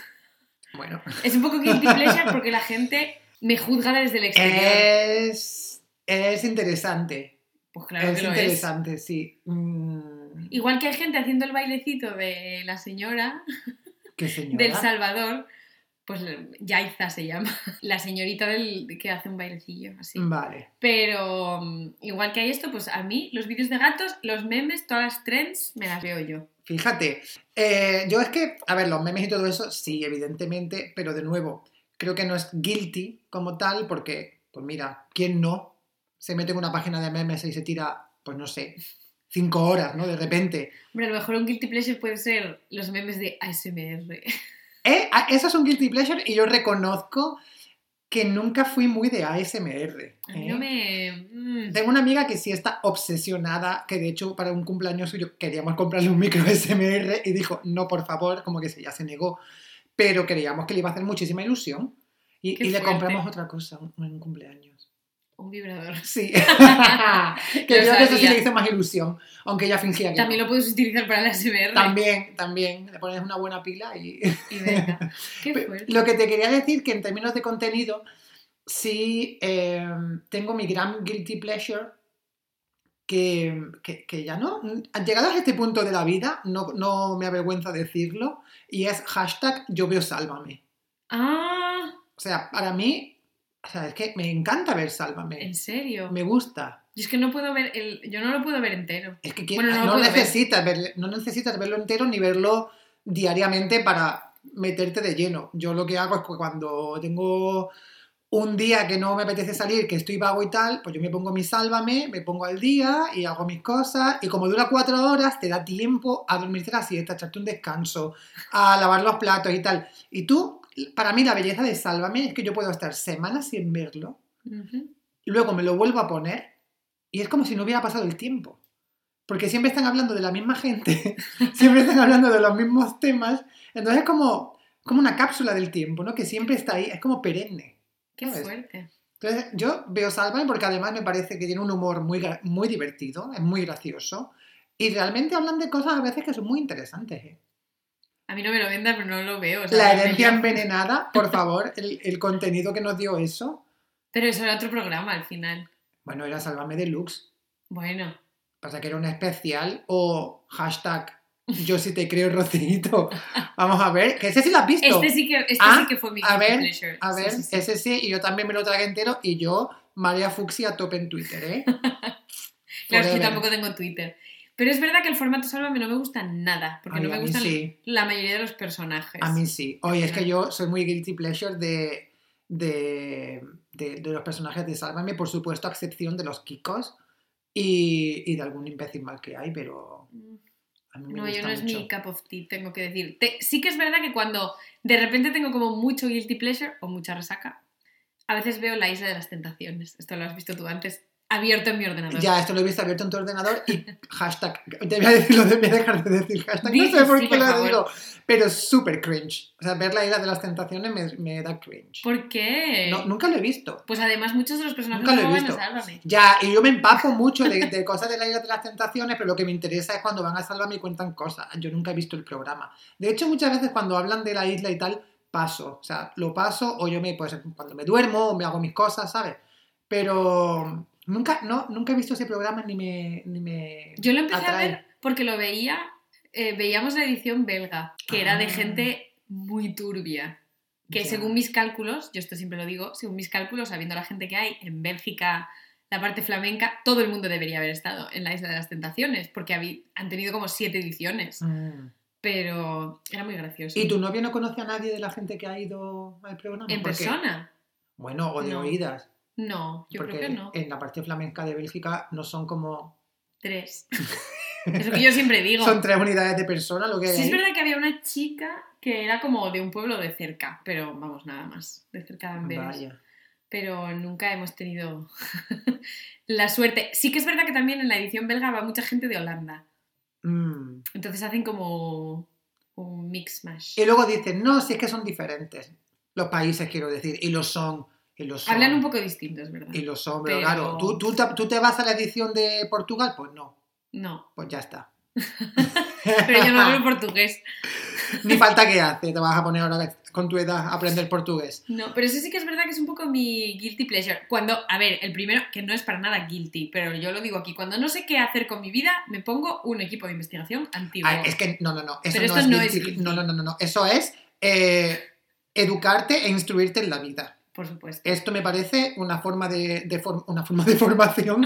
Speaker 2: Bueno,
Speaker 1: Es un poco guilty pleasure porque la gente me juzga desde el
Speaker 2: Eh,
Speaker 1: exterior.
Speaker 2: es, es interesante.
Speaker 1: pues claro
Speaker 2: es
Speaker 1: que lo es.
Speaker 2: interesante, sí. Mm,
Speaker 1: Igual que hay gente haciendo el bailecito de la señora
Speaker 2: ¿Qué señora?
Speaker 1: del Salvador, pues Yaiza se llama, la señorita del, que hace un bailecillo así.
Speaker 2: Vale.
Speaker 1: Pero mm, igual que hay esto, pues a mí los vídeos de gatos, los memes, todas las trends, me las veo yo.
Speaker 2: Fíjate, eh, yo es que, a ver, los memes y todo eso, sí, evidentemente, pero de nuevo, creo que no es guilty como tal, porque, pues mira, ¿quién no se mete en una página de memes y se tira, pues no sé, cinco horas, ¿no? De repente.
Speaker 1: Hombre, a lo mejor un guilty pleasure puede ser los memes de ASMR.
Speaker 2: Eh, ah, Eso es un guilty pleasure y yo reconozco que nunca fui muy de ASMR.
Speaker 1: A
Speaker 2: ¿eh?
Speaker 1: mí no me... mm.
Speaker 2: Tengo una amiga que sí está obsesionada, que de hecho para un cumpleaños suyo queríamos comprarle un micro SMR y dijo, no, por favor, como que se, ya se negó, pero creíamos que le iba a hacer muchísima ilusión y,
Speaker 1: Qué
Speaker 2: y le
Speaker 1: fuerte.
Speaker 2: compramos otra cosa en un cumpleaños.
Speaker 1: Un vibrador.
Speaker 2: Sí, que creo que eso sí
Speaker 1: sabía.
Speaker 2: le hizo más ilusión, aunque ella fingía que
Speaker 1: También
Speaker 2: no.
Speaker 1: lo puedes utilizar para el ASMR.
Speaker 2: También, también, le pones una buena pila y...
Speaker 1: Y venga. Qué fuerte.
Speaker 2: Lo que te quería decir que en términos de contenido, sí eh, tengo mi gran guilty pleasure que, que- que ya no, llegados a este punto de la vida, no, no me avergüenza decirlo, y es hashtag yo veo sálvame.
Speaker 1: Ah,
Speaker 2: O sea, para mí, o sea, es que me encanta ver sálvame,
Speaker 1: en serio.
Speaker 2: me gusta.
Speaker 1: Yo es que no puedo ver el... Yo no lo puedo ver entero.
Speaker 2: Es que quien-
Speaker 1: Bueno, no
Speaker 2: no,
Speaker 1: lo puedo ver.
Speaker 2: necesitas ver- no necesitas verlo entero ni verlo diariamente para meterte de lleno. Yo lo que hago es que cuando tengo un día que no me apetece salir, que estoy vago y tal, pues yo me pongo mi sálvame, me pongo al día y hago mis cosas. Y como dura cuatro horas, te da tiempo a dormirte la siesta, a echarte un descanso, a lavar los platos y tal. Y tú, para mí la belleza de sálvame es que yo puedo estar semanas sin verlo
Speaker 1: Ujú.
Speaker 2: luego me lo vuelvo a poner y es como si no hubiera pasado el tiempo. Porque siempre están hablando de la misma gente, siempre están hablando de los mismos temas. Entonces es como, como una cápsula del tiempo, ¿no? Que siempre está ahí, es como perenne.
Speaker 1: Qué
Speaker 2: ¿Sabes?
Speaker 1: fuerte.
Speaker 2: Entonces yo veo Salvan porque además me parece que tiene un humor muy, gra- muy divertido, es muy gracioso. Y realmente hablan de cosas a veces que son muy interesantes. ¿eh?
Speaker 1: A mí no me lo vendan, pero no lo veo. o sea,
Speaker 2: La
Speaker 1: me
Speaker 2: herencia
Speaker 1: lía.
Speaker 2: envenenada, por favor, el, el contenido que nos dio eso.
Speaker 1: Pero eso era otro programa al final.
Speaker 2: Bueno, era Sálvame Deluxe.
Speaker 1: Bueno,
Speaker 2: Pasa que era una especial o hashtag yo sí te creo, Rocito. Vamos a ver, que ese sí lo has visto.
Speaker 1: este sí que, este
Speaker 2: Ah,
Speaker 1: sí que fue mi
Speaker 2: a
Speaker 1: guilty
Speaker 2: ver,
Speaker 1: pleasure.
Speaker 2: A
Speaker 1: Sí,
Speaker 2: ver, eh,
Speaker 1: sí, sí.
Speaker 2: ese sí, y yo también me lo tragué entero y yo, María Fuxia, top en Twitter, ¿eh?
Speaker 1: Claro, es que
Speaker 2: Forever.
Speaker 1: tampoco tengo Twitter. Pero es verdad que el formato Sálvame no me gusta nada, porque
Speaker 2: Ay,
Speaker 1: no
Speaker 2: a
Speaker 1: me
Speaker 2: mí
Speaker 1: gustan
Speaker 2: sí.
Speaker 1: la mayoría de los personajes.
Speaker 2: A mí sí. Oye, es que
Speaker 1: Ajá.
Speaker 2: yo soy muy guilty pleasure de, de, de- de los personajes de Sálvame, por supuesto, a excepción de los Kikos y, y de algún imbécil mal que hay, pero a mí me
Speaker 1: No,
Speaker 2: gusta
Speaker 1: yo no es
Speaker 2: mucho.
Speaker 1: mi cup of tea, tengo que decir. Te- sí que es verdad que cuando de repente tengo como mucho guilty pleasure o mucha resaca, a veces veo la isla de las tentaciones. Esto lo has visto tú antes, abierto en mi ordenador.
Speaker 2: Ya, esto lo he visto abierto en tu ordenador y hashtag. Debía decirlo, debía dejar de decir hashtag.
Speaker 1: Di
Speaker 2: No
Speaker 1: que
Speaker 2: sé por
Speaker 1: sí,
Speaker 2: qué
Speaker 1: por
Speaker 2: lo
Speaker 1: favor.
Speaker 2: digo, pero es súper cringe. O sea, ver la isla de las tentaciones me, me da cringe.
Speaker 1: ¿Por qué?
Speaker 2: No, nunca lo he visto.
Speaker 1: Pues además muchos de los personajes
Speaker 2: Nunca lo he
Speaker 1: no van a
Speaker 2: visto.
Speaker 1: Sálvame.
Speaker 2: Ya, y yo me empapo mucho de, de cosas de la isla de las tentaciones, pero lo que me interesa es cuando van a Sálvame y cuentan cosas. Yo nunca he visto el programa. De hecho, muchas veces cuando hablan de la isla y tal, paso. O sea, lo paso o yo me, pues, cuando me duermo o me hago mis cosas, ¿sabes? Pero nunca, no, nunca he visto ese programa ni me... Ni me...
Speaker 1: Yo lo empecé
Speaker 2: Atrae.
Speaker 1: a ver porque lo veía, eh, veíamos la edición belga, que era de
Speaker 2: Ah.
Speaker 1: gente muy turbia. Que
Speaker 2: Ya.
Speaker 1: según mis cálculos, yo esto siempre lo digo, según mis cálculos, sabiendo la gente que hay en Bélgica, la parte flamenca, todo el mundo debería haber estado en la Isla de las Tentaciones, porque habi- han tenido como siete ediciones.
Speaker 2: Mm.
Speaker 1: Pero era muy gracioso.
Speaker 2: ¿Y tu novio no conoce a nadie de la gente que ha ido al programa?
Speaker 1: ¿En
Speaker 2: Porque-
Speaker 1: persona?
Speaker 2: Bueno, o de
Speaker 1: No.
Speaker 2: oídas.
Speaker 1: No, yo
Speaker 2: porque
Speaker 1: creo que no.
Speaker 2: en la parte flamenca de Bélgica no son como.
Speaker 1: Tres. Eso que yo siempre digo.
Speaker 2: Son tres unidades de persona lo que hay.
Speaker 1: Sí, es
Speaker 2: ahí.
Speaker 1: verdad que había una chica que era como de un pueblo de cerca, pero vamos, nada más, de cerca de Amberes.
Speaker 2: Vaya.
Speaker 1: Pero nunca hemos tenido la suerte. Sí que es verdad que también en la edición belga va mucha gente de Holanda.
Speaker 2: Mm.
Speaker 1: Entonces hacen como un mix mash.
Speaker 2: Y luego dicen, no, si es que son diferentes. Los países, quiero decir. Y lo son. Y lo son.
Speaker 1: Hablan un poco distinto, es verdad.
Speaker 2: Y lo son, pero,
Speaker 1: pero-
Speaker 2: claro. ¿tú, tú, te, tú te vas a la edición de Portugal? Pues no.
Speaker 1: No,
Speaker 2: Pues ya está.
Speaker 1: pero yo no hablo portugués.
Speaker 2: Ni falta que hace. Te vas a poner ahora con tu edad a aprender portugués.
Speaker 1: No, pero eso sí que es verdad que es un poco mi guilty pleasure. Cuando, a ver, el primero, que no es para nada guilty, pero yo lo digo aquí, cuando no sé qué hacer con mi vida, me pongo un equipo de investigación antiguo.
Speaker 2: Ay, Ah, es que no, no, no. Eso
Speaker 1: Pero
Speaker 2: no
Speaker 1: esto
Speaker 2: es
Speaker 1: no
Speaker 2: guilty-
Speaker 1: es guilty.
Speaker 2: No, no, no, no, no. Eso es eh, educarte e instruirte en la vida.
Speaker 1: Por supuesto.
Speaker 2: Esto me parece una forma de, de for- una forma de formación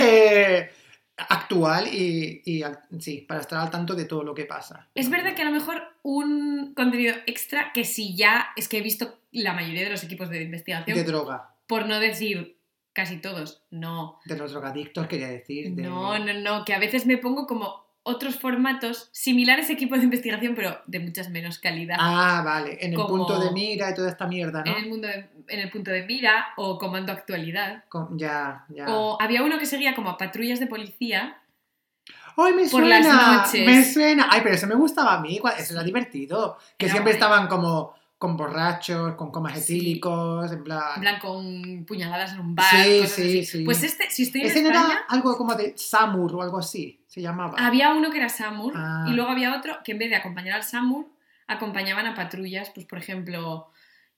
Speaker 2: eh, actual y, y al- sí, para estar al tanto de todo lo que pasa.
Speaker 1: Es verdad que a lo mejor un contenido extra que si ya es que he visto la mayoría de los equipos de investigación,
Speaker 2: De droga,
Speaker 1: por no decir casi todos, no,
Speaker 2: de los drogadictos, quería decir. de-
Speaker 1: no, no, no, que a veces me pongo como otros formatos similares a equipos de investigación, pero de muchas menos calidad.
Speaker 2: Ah, vale, en el
Speaker 1: Como-
Speaker 2: punto de mira y toda esta mierda, ¿no?
Speaker 1: En el, mundo de- en el punto de mira o comando actualidad.
Speaker 2: Con- ya, ya.
Speaker 1: O había uno que seguía como a patrullas de policía.
Speaker 2: ¡Ay, me
Speaker 1: Por
Speaker 2: suena!
Speaker 1: las noches.
Speaker 2: ¡Me suena! ¡Ay, pero eso me gustaba a mí! cua- Eso era divertido. Que
Speaker 1: Era
Speaker 2: siempre
Speaker 1: guay.
Speaker 2: estaban como con borrachos, con comas
Speaker 1: Sí.
Speaker 2: etílicos, en plan...
Speaker 1: En plan, con puñaladas en un bar.
Speaker 2: Ah. Sí,
Speaker 1: cosas
Speaker 2: sí,
Speaker 1: así.
Speaker 2: sí.
Speaker 1: Pues este, si estoy en
Speaker 2: Ese no
Speaker 1: España, Ah,
Speaker 2: era algo como de Samur o algo así, se llamaba.
Speaker 1: Había uno que era Samur
Speaker 2: Ah.
Speaker 1: y luego había otro que en vez de acompañar al Samur, acompañaban a patrullas, pues por ejemplo,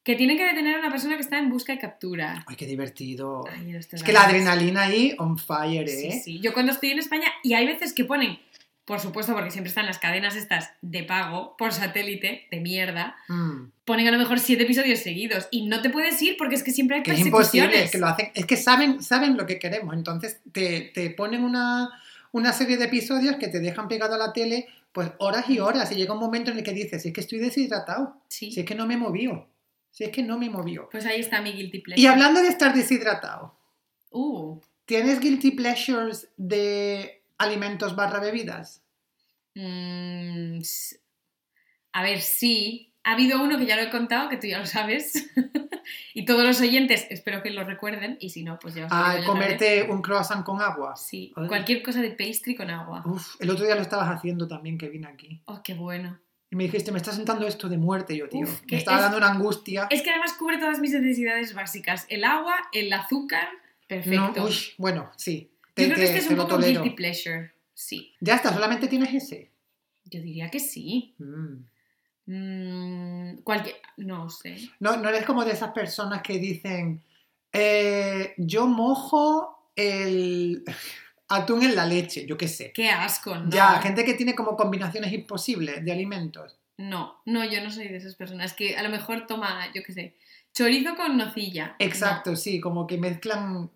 Speaker 1: que tienen que detener a una persona que está en busca y captura.
Speaker 2: ¡Ay, qué divertido!
Speaker 1: Ay, esto
Speaker 2: es
Speaker 1: da
Speaker 2: que la
Speaker 1: más.
Speaker 2: adrenalina ahí, on fire,
Speaker 1: Sí,
Speaker 2: ¿eh?
Speaker 1: sí. Yo cuando estoy en España, y hay veces que ponen, por supuesto, porque siempre están las cadenas estas de pago por satélite, de mierda,
Speaker 2: Mm.
Speaker 1: ponen a lo mejor siete episodios seguidos y no te puedes ir porque es que siempre hay
Speaker 2: Que es imposible,
Speaker 1: persecuciones.
Speaker 2: es que lo hacen... Es que saben, saben lo que queremos, entonces te, te ponen una, una serie de episodios que te dejan pegado a la tele pues horas y horas y llega un momento en el que dices, si es que estoy deshidratado,
Speaker 1: Sí.
Speaker 2: si es que no me movió, si es que no me movió.
Speaker 1: Pues ahí está mi guilty pleasure.
Speaker 2: Y hablando de estar deshidratado,
Speaker 1: Uh,
Speaker 2: ¿tienes guilty pleasures de alimentos barra bebidas?
Speaker 1: Mm, s- a ver, sí. Ha habido uno que ya lo he contado, que tú ya lo sabes. y todos los oyentes espero que lo recuerden. Y si no, pues ya os lo
Speaker 2: Ah,
Speaker 1: digo yo otra vez.
Speaker 2: comerte un croissant con agua.
Speaker 1: Sí,
Speaker 2: Ay.
Speaker 1: cualquier cosa de pastry con agua.
Speaker 2: Uf, el otro día lo estabas haciendo también que vine aquí.
Speaker 1: Oh, qué bueno.
Speaker 2: Y me dijiste, me está sentando esto de muerte yo, tío.
Speaker 1: Uf, que
Speaker 2: me estaba
Speaker 1: es-
Speaker 2: dando una angustia.
Speaker 1: Es que además cubre todas mis necesidades básicas. El agua, el azúcar.
Speaker 2: No,
Speaker 1: Perfecto.
Speaker 2: uy, bueno, sí.
Speaker 1: yo
Speaker 2: Te,
Speaker 1: creo que
Speaker 2: te-
Speaker 1: este es
Speaker 2: te
Speaker 1: un
Speaker 2: lo
Speaker 1: poco
Speaker 2: tolero.
Speaker 1: guilty pleasure. Sí,
Speaker 2: Ya está, solamente tienes ese.
Speaker 1: yo diría que sí.
Speaker 2: Mm.
Speaker 1: Mm, cualquier... No sé.
Speaker 2: No, no eres como de esas personas que dicen, eh, yo mojo el atún en la leche, yo qué sé.
Speaker 1: Qué asco, ¿no?
Speaker 2: Ya, gente que tiene como combinaciones imposibles de alimentos.
Speaker 1: No, no, yo no soy de esas personas. Que a lo mejor toma, yo qué sé, chorizo con nocilla.
Speaker 2: Exacto, sí, como que mezclan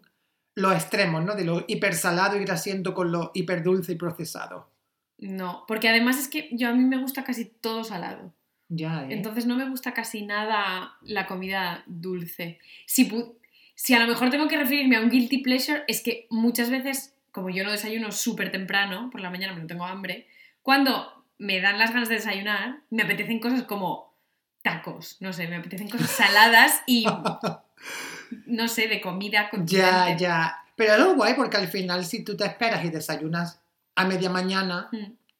Speaker 2: los extremos, ¿no? De lo hipersalado y grasiento con lo hiperdulce y procesado.
Speaker 1: No, porque además es que yo a mí me gusta casi todo salado.
Speaker 2: Ya, ¿eh?
Speaker 1: Entonces no me gusta casi nada la comida dulce. Si, pu- si a lo mejor tengo que referirme a un guilty pleasure, es que muchas veces, como yo no desayuno súper temprano, por la mañana me no tengo hambre, cuando me dan las ganas de desayunar, me apetecen cosas como tacos, no sé, me apetecen cosas saladas y, no sé, de comida con
Speaker 2: ya, ya. Pero es lo guay porque al final si tú te esperas y desayunas a media mañana,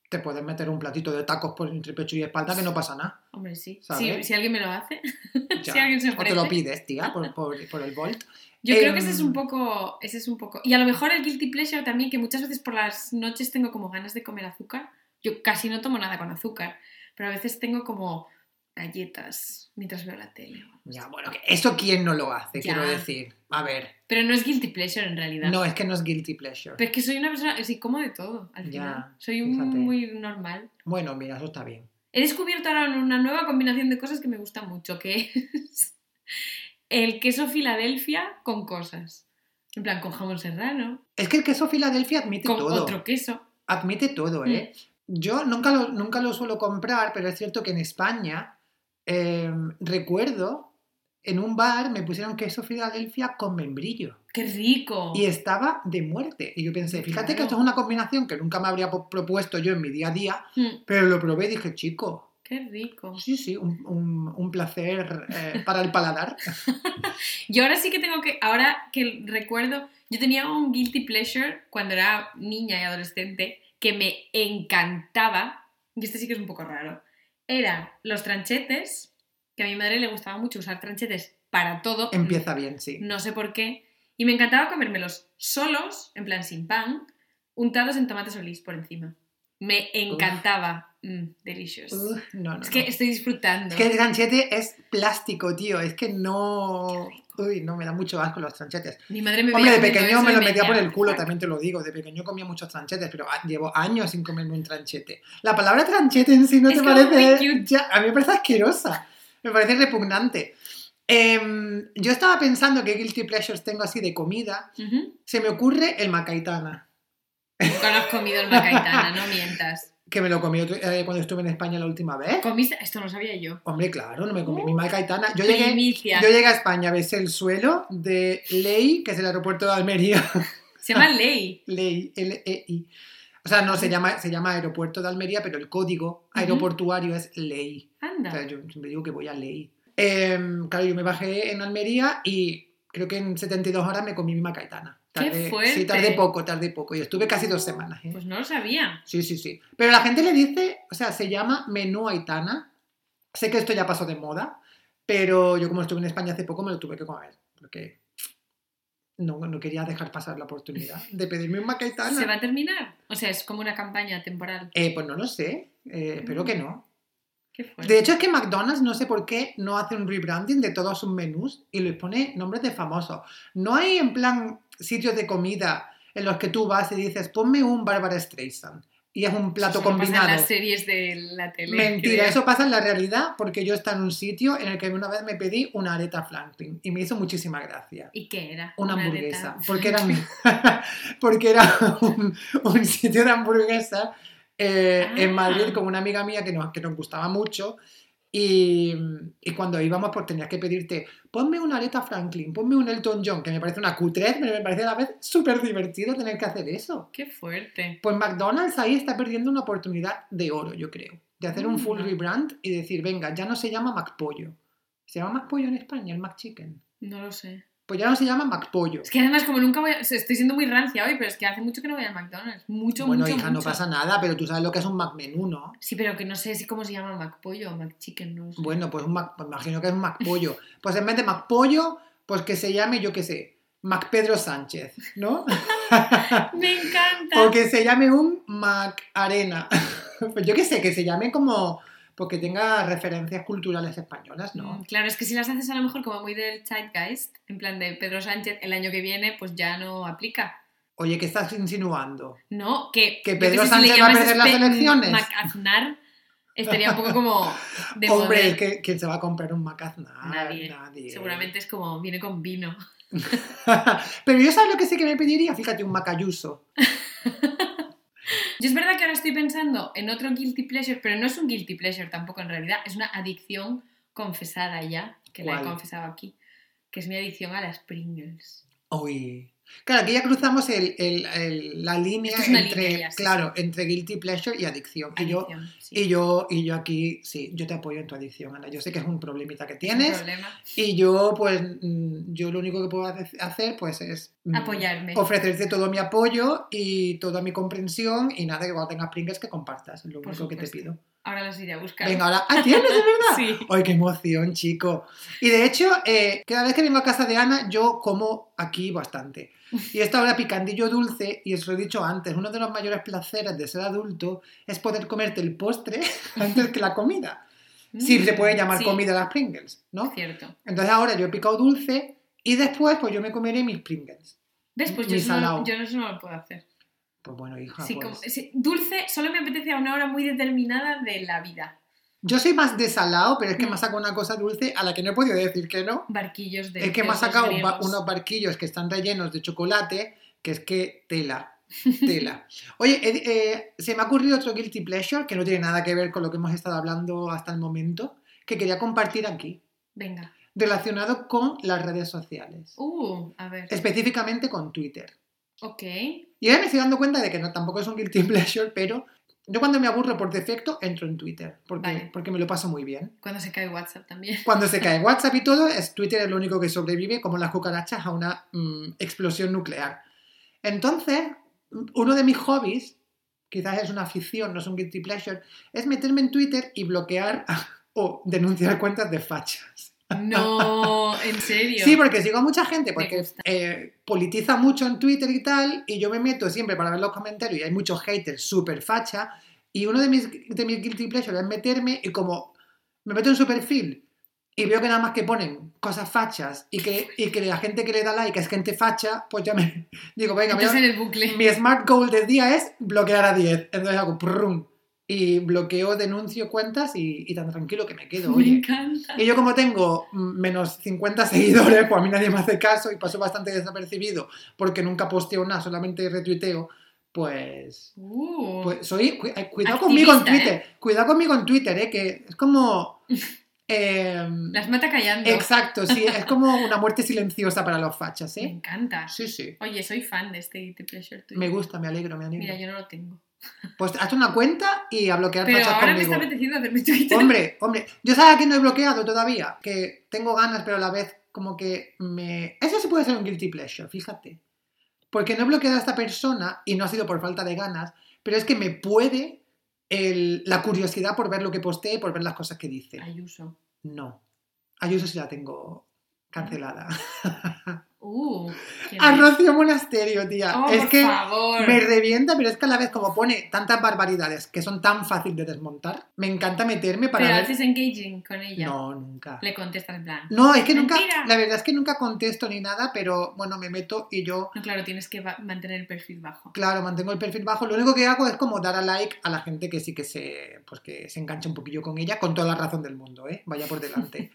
Speaker 2: te puedes meter un platito de tacos por entre pecho y espalda que no pasa nada.
Speaker 1: Hombre, sí.
Speaker 2: ¿Sabes?
Speaker 1: Sí, si alguien me lo hace.
Speaker 2: Ya.
Speaker 1: Si alguien se
Speaker 2: o te lo
Speaker 1: ofrece.
Speaker 2: pides, tía, por, por- por el Bolt.
Speaker 1: Yo creo que ese
Speaker 2: Em,
Speaker 1: es un poco, ese es un poco. Y a lo mejor el guilty pleasure también, que muchas veces por las noches tengo como ganas de comer azúcar. Yo casi no tomo nada con azúcar, pero a veces tengo como galletas mientras veo la tele.
Speaker 2: Ya, bueno, que eso quién no lo hace,
Speaker 1: Ya.
Speaker 2: quiero decir. A ver,
Speaker 1: Pero no es guilty pleasure en realidad.
Speaker 2: no, es que no es guilty pleasure.
Speaker 1: Pero es que soy una persona, sí, como de todo, al
Speaker 2: Ya,
Speaker 1: final. soy un-
Speaker 2: fíjate.
Speaker 1: muy normal.
Speaker 2: Bueno, mira, eso está bien.
Speaker 1: He descubierto ahora una nueva combinación de cosas que me gusta mucho, que es el queso Filadelfia con cosas. En plan, con jamón serrano,
Speaker 2: Es que el queso Filadelfia admite
Speaker 1: con
Speaker 2: todo.
Speaker 1: otro Mm. queso.
Speaker 2: Admite todo, ¿eh? Yo nunca lo, nunca lo suelo comprar, pero es cierto que en España eh, recuerdo en un bar me pusieron queso Filadelfia con membrillo
Speaker 1: ¡Qué rico!
Speaker 2: y estaba de muerte. Y yo pensé, fíjate que
Speaker 1: Oh. Claro.
Speaker 2: esto es una combinación que nunca me habría po- propuesto yo en mi día a día,
Speaker 1: Mm,
Speaker 2: pero lo probé y dije, chico,
Speaker 1: ¡Qué rico!
Speaker 2: sí, sí, un, un- un placer eh, para el paladar.
Speaker 1: Yo ahora sí que tengo que, ahora que recuerdo, yo tenía un guilty pleasure cuando era niña y adolescente que me encantaba, y este sí que es un poco raro, era los tranchetes, que a mi madre le gustaba mucho usar tranchetes para todo.
Speaker 2: Empieza bien, sí.
Speaker 1: no sé por qué, y me encantaba comérmelos solos, en plan sin pan, untados en tomate solís por encima. Me encantaba. Mm, delicious.
Speaker 2: Uf, no, no,
Speaker 1: es que
Speaker 2: no.
Speaker 1: estoy disfrutando.
Speaker 2: Es que el tranchete es plástico, tío. Es que no. Uy, no, me da mucho asco los tranchetes.
Speaker 1: Mi madre me
Speaker 2: Hombre, de
Speaker 1: veía comiendo
Speaker 2: pequeño
Speaker 1: eso
Speaker 2: me
Speaker 1: y
Speaker 2: lo metía
Speaker 1: decía,
Speaker 2: por el culo,
Speaker 1: "Fuck".
Speaker 2: también te lo digo. De pequeño comía muchos tranchetes, pero ah, llevo años sin comerme un tranchete. La palabra tranchete en sí no
Speaker 1: Es
Speaker 2: te
Speaker 1: como
Speaker 2: parece.
Speaker 1: muy cute.
Speaker 2: Ya, a mí me parece asquerosa. Me parece repugnante. Em, yo estaba pensando qué guilty pleasures tengo así de comida.
Speaker 1: Ujú.
Speaker 2: Se me ocurre el macaitana,
Speaker 1: Nunca lo has comido el macaitana, no mientas.
Speaker 2: que me lo comí otro- eh, cuando estuve en España la última vez.
Speaker 1: ¿Comiste? Esto no lo sabía yo.
Speaker 2: Hombre, claro, no me comí
Speaker 1: Uh,
Speaker 2: mi macaitana. Yo llegué,
Speaker 1: Primicia.
Speaker 2: Yo llegué a España, besé el suelo de Ley, que es el aeropuerto de Almería.
Speaker 1: Se llama Ley.
Speaker 2: Ley, L-E-I. O sea, no, se llama, se llama aeropuerto de Almería, pero el código aeroportuario es Ley. O sea,
Speaker 1: Anda.
Speaker 2: yo siempre digo que voy a Ley. Em, claro, yo me bajé en Almería y creo que en 72 horas me comí mi macaitana.
Speaker 1: ¡Qué fuerte!
Speaker 2: Sí, tardé poco, tardé poco. Y estuve casi dos semanas. ¿eh?
Speaker 1: Pues no lo sabía.
Speaker 2: Sí, sí, sí. Pero la gente le dice, o sea, se llama menú aitana. Sé que esto ya pasó de moda, pero yo como estuve en España hace poco me lo tuve que comer, porque no, no quería dejar pasar la oportunidad de pedirme un
Speaker 1: ¿Se va
Speaker 2: macaitana.
Speaker 1: a terminar? O sea, es como una campaña temporal.
Speaker 2: Eh, pues no lo sé, eh, espero que no.
Speaker 1: Qué fuerte.
Speaker 2: De hecho es que McDonald's no sé por qué no hace un rebranding de todos sus menús y les pone nombres de famosos. No hay en plan sitios de comida en los que tú vas y dices, ponme un Barbara Streisand y es un plato
Speaker 1: Eso solo pasa en
Speaker 2: combinado.
Speaker 1: las series de la tele.
Speaker 2: Mentira,
Speaker 1: creo.
Speaker 2: eso pasa en la realidad porque yo estaba en un sitio en el que una vez me pedí una areta Franklin y me hizo muchísima gracia.
Speaker 1: ¿Y qué era?
Speaker 2: Una
Speaker 1: aleta.
Speaker 2: hamburguesa, porque era, porque era un, un sitio de hamburguesa eh, en
Speaker 1: Ah.
Speaker 2: Madrid con una amiga mía que nos, que nos gustaba mucho y, y cuando íbamos pues tenías que pedirte, ponme una areta Franklin, ponme un Elton John, que me parece una cutrez, pero me parece a la vez súper divertido tener que hacer eso.
Speaker 1: Qué fuerte.
Speaker 2: Pues McDonald's ahí está perdiendo una oportunidad de oro, yo creo. De hacer un full
Speaker 1: Mm.
Speaker 2: rebrand y decir, venga, ya no se llama McPollo. Se llama McPollo en España, el McChicken.
Speaker 1: No lo sé.
Speaker 2: Pues ya no se llama McPollo.
Speaker 1: Es que además, como nunca voy. a- o sea, Estoy siendo muy rancia hoy, pero es que hace mucho que no voy al McDonald's. Mucho,
Speaker 2: bueno,
Speaker 1: mucho,
Speaker 2: hija, no
Speaker 1: mucho.
Speaker 2: pasa nada, pero tú sabes lo que es un McMenú, ¿no?
Speaker 1: Sí, pero que no sé si cómo se llama McPollo o McChicken, no lo sé.
Speaker 2: Bueno, pues un Mac, pues imagino que es un McPollo. Pues en vez de McPollo, pues que se llame, yo qué sé, MacPedro Sánchez, ¿no?
Speaker 1: ¡Me encanta!
Speaker 2: o que se llame un McArena. pues yo qué sé, que se llame como porque tenga referencias culturales españolas, ¿no?
Speaker 1: Mm, Claro, es que si las haces a lo mejor como muy del zeitgeist, en plan de Pedro Sánchez, el año que viene, pues ya no aplica.
Speaker 2: Oye, ¿qué estás insinuando?
Speaker 1: No, que.
Speaker 2: ¿Que
Speaker 1: yo
Speaker 2: Pedro
Speaker 1: qué sé, si le
Speaker 2: Sánchez va a
Speaker 1: llamas
Speaker 2: perder las
Speaker 1: Espe-
Speaker 2: elecciones?
Speaker 1: Macaznar estaría un poco como. De
Speaker 2: Hombre,
Speaker 1: moda.
Speaker 2: ¿qué- ¿quién se va a comprar un Macaznar?
Speaker 1: Nadie. Seguramente es como. Viene con vino.
Speaker 2: Pero yo sabes lo que sí que me pediría, fíjate, un Macayuso.
Speaker 1: Yo es verdad que ahora estoy pensando en otro guilty pleasure, pero no es un guilty pleasure tampoco en realidad, es una adicción confesada ya, que la he
Speaker 2: ¿Cuál?
Speaker 1: confesado aquí, que es mi adicción a las Pringles.
Speaker 2: Uy. Claro, aquí ya cruzamos el- el- el- la línea
Speaker 1: Esto es una
Speaker 2: entre,
Speaker 1: línea ya, sí,
Speaker 2: claro, entre guilty pleasure y adicción. Y yo,
Speaker 1: Adicción, sí.
Speaker 2: y yo, y yo aquí, sí, yo te apoyo en tu adicción, Ana. Yo sé que es un problemita que tienes.
Speaker 1: problema.
Speaker 2: Y yo, pues, mm, yo lo único que puedo hace- hacer, pues, es mm,
Speaker 1: Apoyarme.
Speaker 2: Ofrecerte todo mi apoyo y toda mi comprensión y nada, que cuando tengas Pringles que compartas, es lo
Speaker 1: Por
Speaker 2: único que te
Speaker 1: supuesto.
Speaker 2: pido.
Speaker 1: Ahora las iré a buscar.
Speaker 2: Venga, ahora, ¡ah, tienes, de verdad!
Speaker 1: Sí.
Speaker 2: ¡Ay, qué emoción, chico! Y de hecho, eh, cada vez que vengo a casa de Ana, yo como aquí bastante. Y esto ahora picandillo dulce, y os lo he dicho antes, uno de los mayores placeres de ser adulto es poder comerte el postre antes que la comida. Si se puede llamar
Speaker 1: Mm. Sí,
Speaker 2: comida las Pringles, ¿no?
Speaker 1: Cierto.
Speaker 2: Entonces ahora yo he picado dulce y después pues yo me comeré mis Pringles.
Speaker 1: ¿Ves? Pues yo
Speaker 2: Ni
Speaker 1: eso,
Speaker 2: salado.
Speaker 1: no, yo eso no lo puedo hacer.
Speaker 2: Pues bueno, hija,
Speaker 1: Sí,
Speaker 2: pues-
Speaker 1: como- sí, dulce solo me apetece a una hora muy determinada de la vida.
Speaker 2: Yo soy más de salado, pero es que me ha sacado una cosa dulce a la que no he podido decir que no.
Speaker 1: Barquillos de.
Speaker 2: Es que
Speaker 1: de
Speaker 2: me ha
Speaker 1: esos
Speaker 2: sacado ba-
Speaker 1: griegos.
Speaker 2: unos barquillos que están rellenos de chocolate, que es que tela, tela. Oye, eh, eh, se me ha ocurrido otro guilty pleasure que no tiene nada que ver con lo que hemos estado hablando hasta el momento, que quería compartir aquí,
Speaker 1: Venga.
Speaker 2: relacionado con las redes sociales,
Speaker 1: Uh, a ver.
Speaker 2: específicamente con Twitter.
Speaker 1: Ok.
Speaker 2: Y ahora me estoy dando cuenta de que no, tampoco es un guilty pleasure, pero yo cuando me aburro por defecto entro en Twitter, porque,
Speaker 1: Vale.
Speaker 2: porque me lo paso muy bien.
Speaker 1: Cuando se cae WhatsApp también.
Speaker 2: Cuando se cae WhatsApp y todo, es Twitter es lo único que sobrevive, como las cucarachas, a una mm, explosión nuclear. Entonces, mm, uno de mis hobbies, quizás es una afición, no es un guilty pleasure, es meterme en Twitter y bloquear o denunciar cuentas de fachas.
Speaker 1: No, en serio.
Speaker 2: Sí, porque sigo a mucha gente,
Speaker 1: Me
Speaker 2: porque
Speaker 1: gusta.
Speaker 2: eh, politiza mucho en Twitter y tal, y yo me meto siempre para ver los comentarios, y hay muchos haters súper facha, y uno de mis, de mis guilty pleasures es meterme y como me meto en su perfil y veo que nada más que ponen cosas fachas y que, y que la gente que le da like es gente facha, pues ya me digo, venga, voy a-
Speaker 1: Estás en el bucle.
Speaker 2: mi smart goal del día es bloquear a 10, entonces hago prrrum, y bloqueo, denuncio cuentas y, y tan tranquilo que me quedo,
Speaker 1: Me
Speaker 2: oye.
Speaker 1: encanta.
Speaker 2: Y yo como tengo mm, menos 50 seguidores, pues a mí nadie me hace caso y paso bastante desapercibido porque nunca posteo nada, solamente retuiteo, pues...
Speaker 1: Uh,
Speaker 2: pues soy, cu- eh, cuidado conmigo en
Speaker 1: Activista,
Speaker 2: Twitter, cuidado conmigo en Twitter, eh, que es como... eh,
Speaker 1: las mata callando.
Speaker 2: exacto, sí, es como una muerte silenciosa para los fachas,
Speaker 1: Me
Speaker 2: ¿eh?
Speaker 1: encanta.
Speaker 2: Sí, sí.
Speaker 1: Oye, soy fan de este Guilty Pleasure tuyo.
Speaker 2: Me gusta, me alegro, me alegro.
Speaker 1: Mira, yo no lo tengo.
Speaker 2: Pues hazte una cuenta y a bloquear
Speaker 1: Pero
Speaker 2: fachas
Speaker 1: ahora me
Speaker 2: conmigo.
Speaker 1: está apeteciendo hacerme Twitter.
Speaker 2: Hombre, hombre, yo sabes que no he bloqueado todavía, que tengo ganas, pero a la vez como que me... Eso sí puede ser un guilty pleasure, fíjate. Porque no he bloqueado a esta persona y no ha sido por falta de ganas, pero es que me puede el- la curiosidad por ver lo que postee y por ver las cosas que dice.
Speaker 1: Ayuso.
Speaker 2: No. Ayuso sí la tengo cancelada.
Speaker 1: Uh, qué
Speaker 2: A
Speaker 1: mal.
Speaker 2: Rocío Monasterio, tía.
Speaker 1: Oh,
Speaker 2: Ah, es
Speaker 1: por
Speaker 2: que
Speaker 1: favor.
Speaker 2: me revienta, pero es que a la vez como pone tantas barbaridades que son tan fácil de desmontar, me encanta meterme para
Speaker 1: Pero
Speaker 2: ver...
Speaker 1: haces engaging con ella.
Speaker 2: No, nunca.
Speaker 1: Le contestas en plan.
Speaker 2: No, es que nunca,
Speaker 1: Mentira.
Speaker 2: la verdad es que nunca contesto ni nada, pero bueno, me meto y yo,
Speaker 1: No, claro, tienes que ba- mantener el perfil bajo.
Speaker 2: claro, mantengo el perfil bajo. Lo único que hago es como dar a like a la gente que sí que se, pues que se engancha un poquillo con ella, con toda la razón del mundo, ¿eh? Vaya por delante.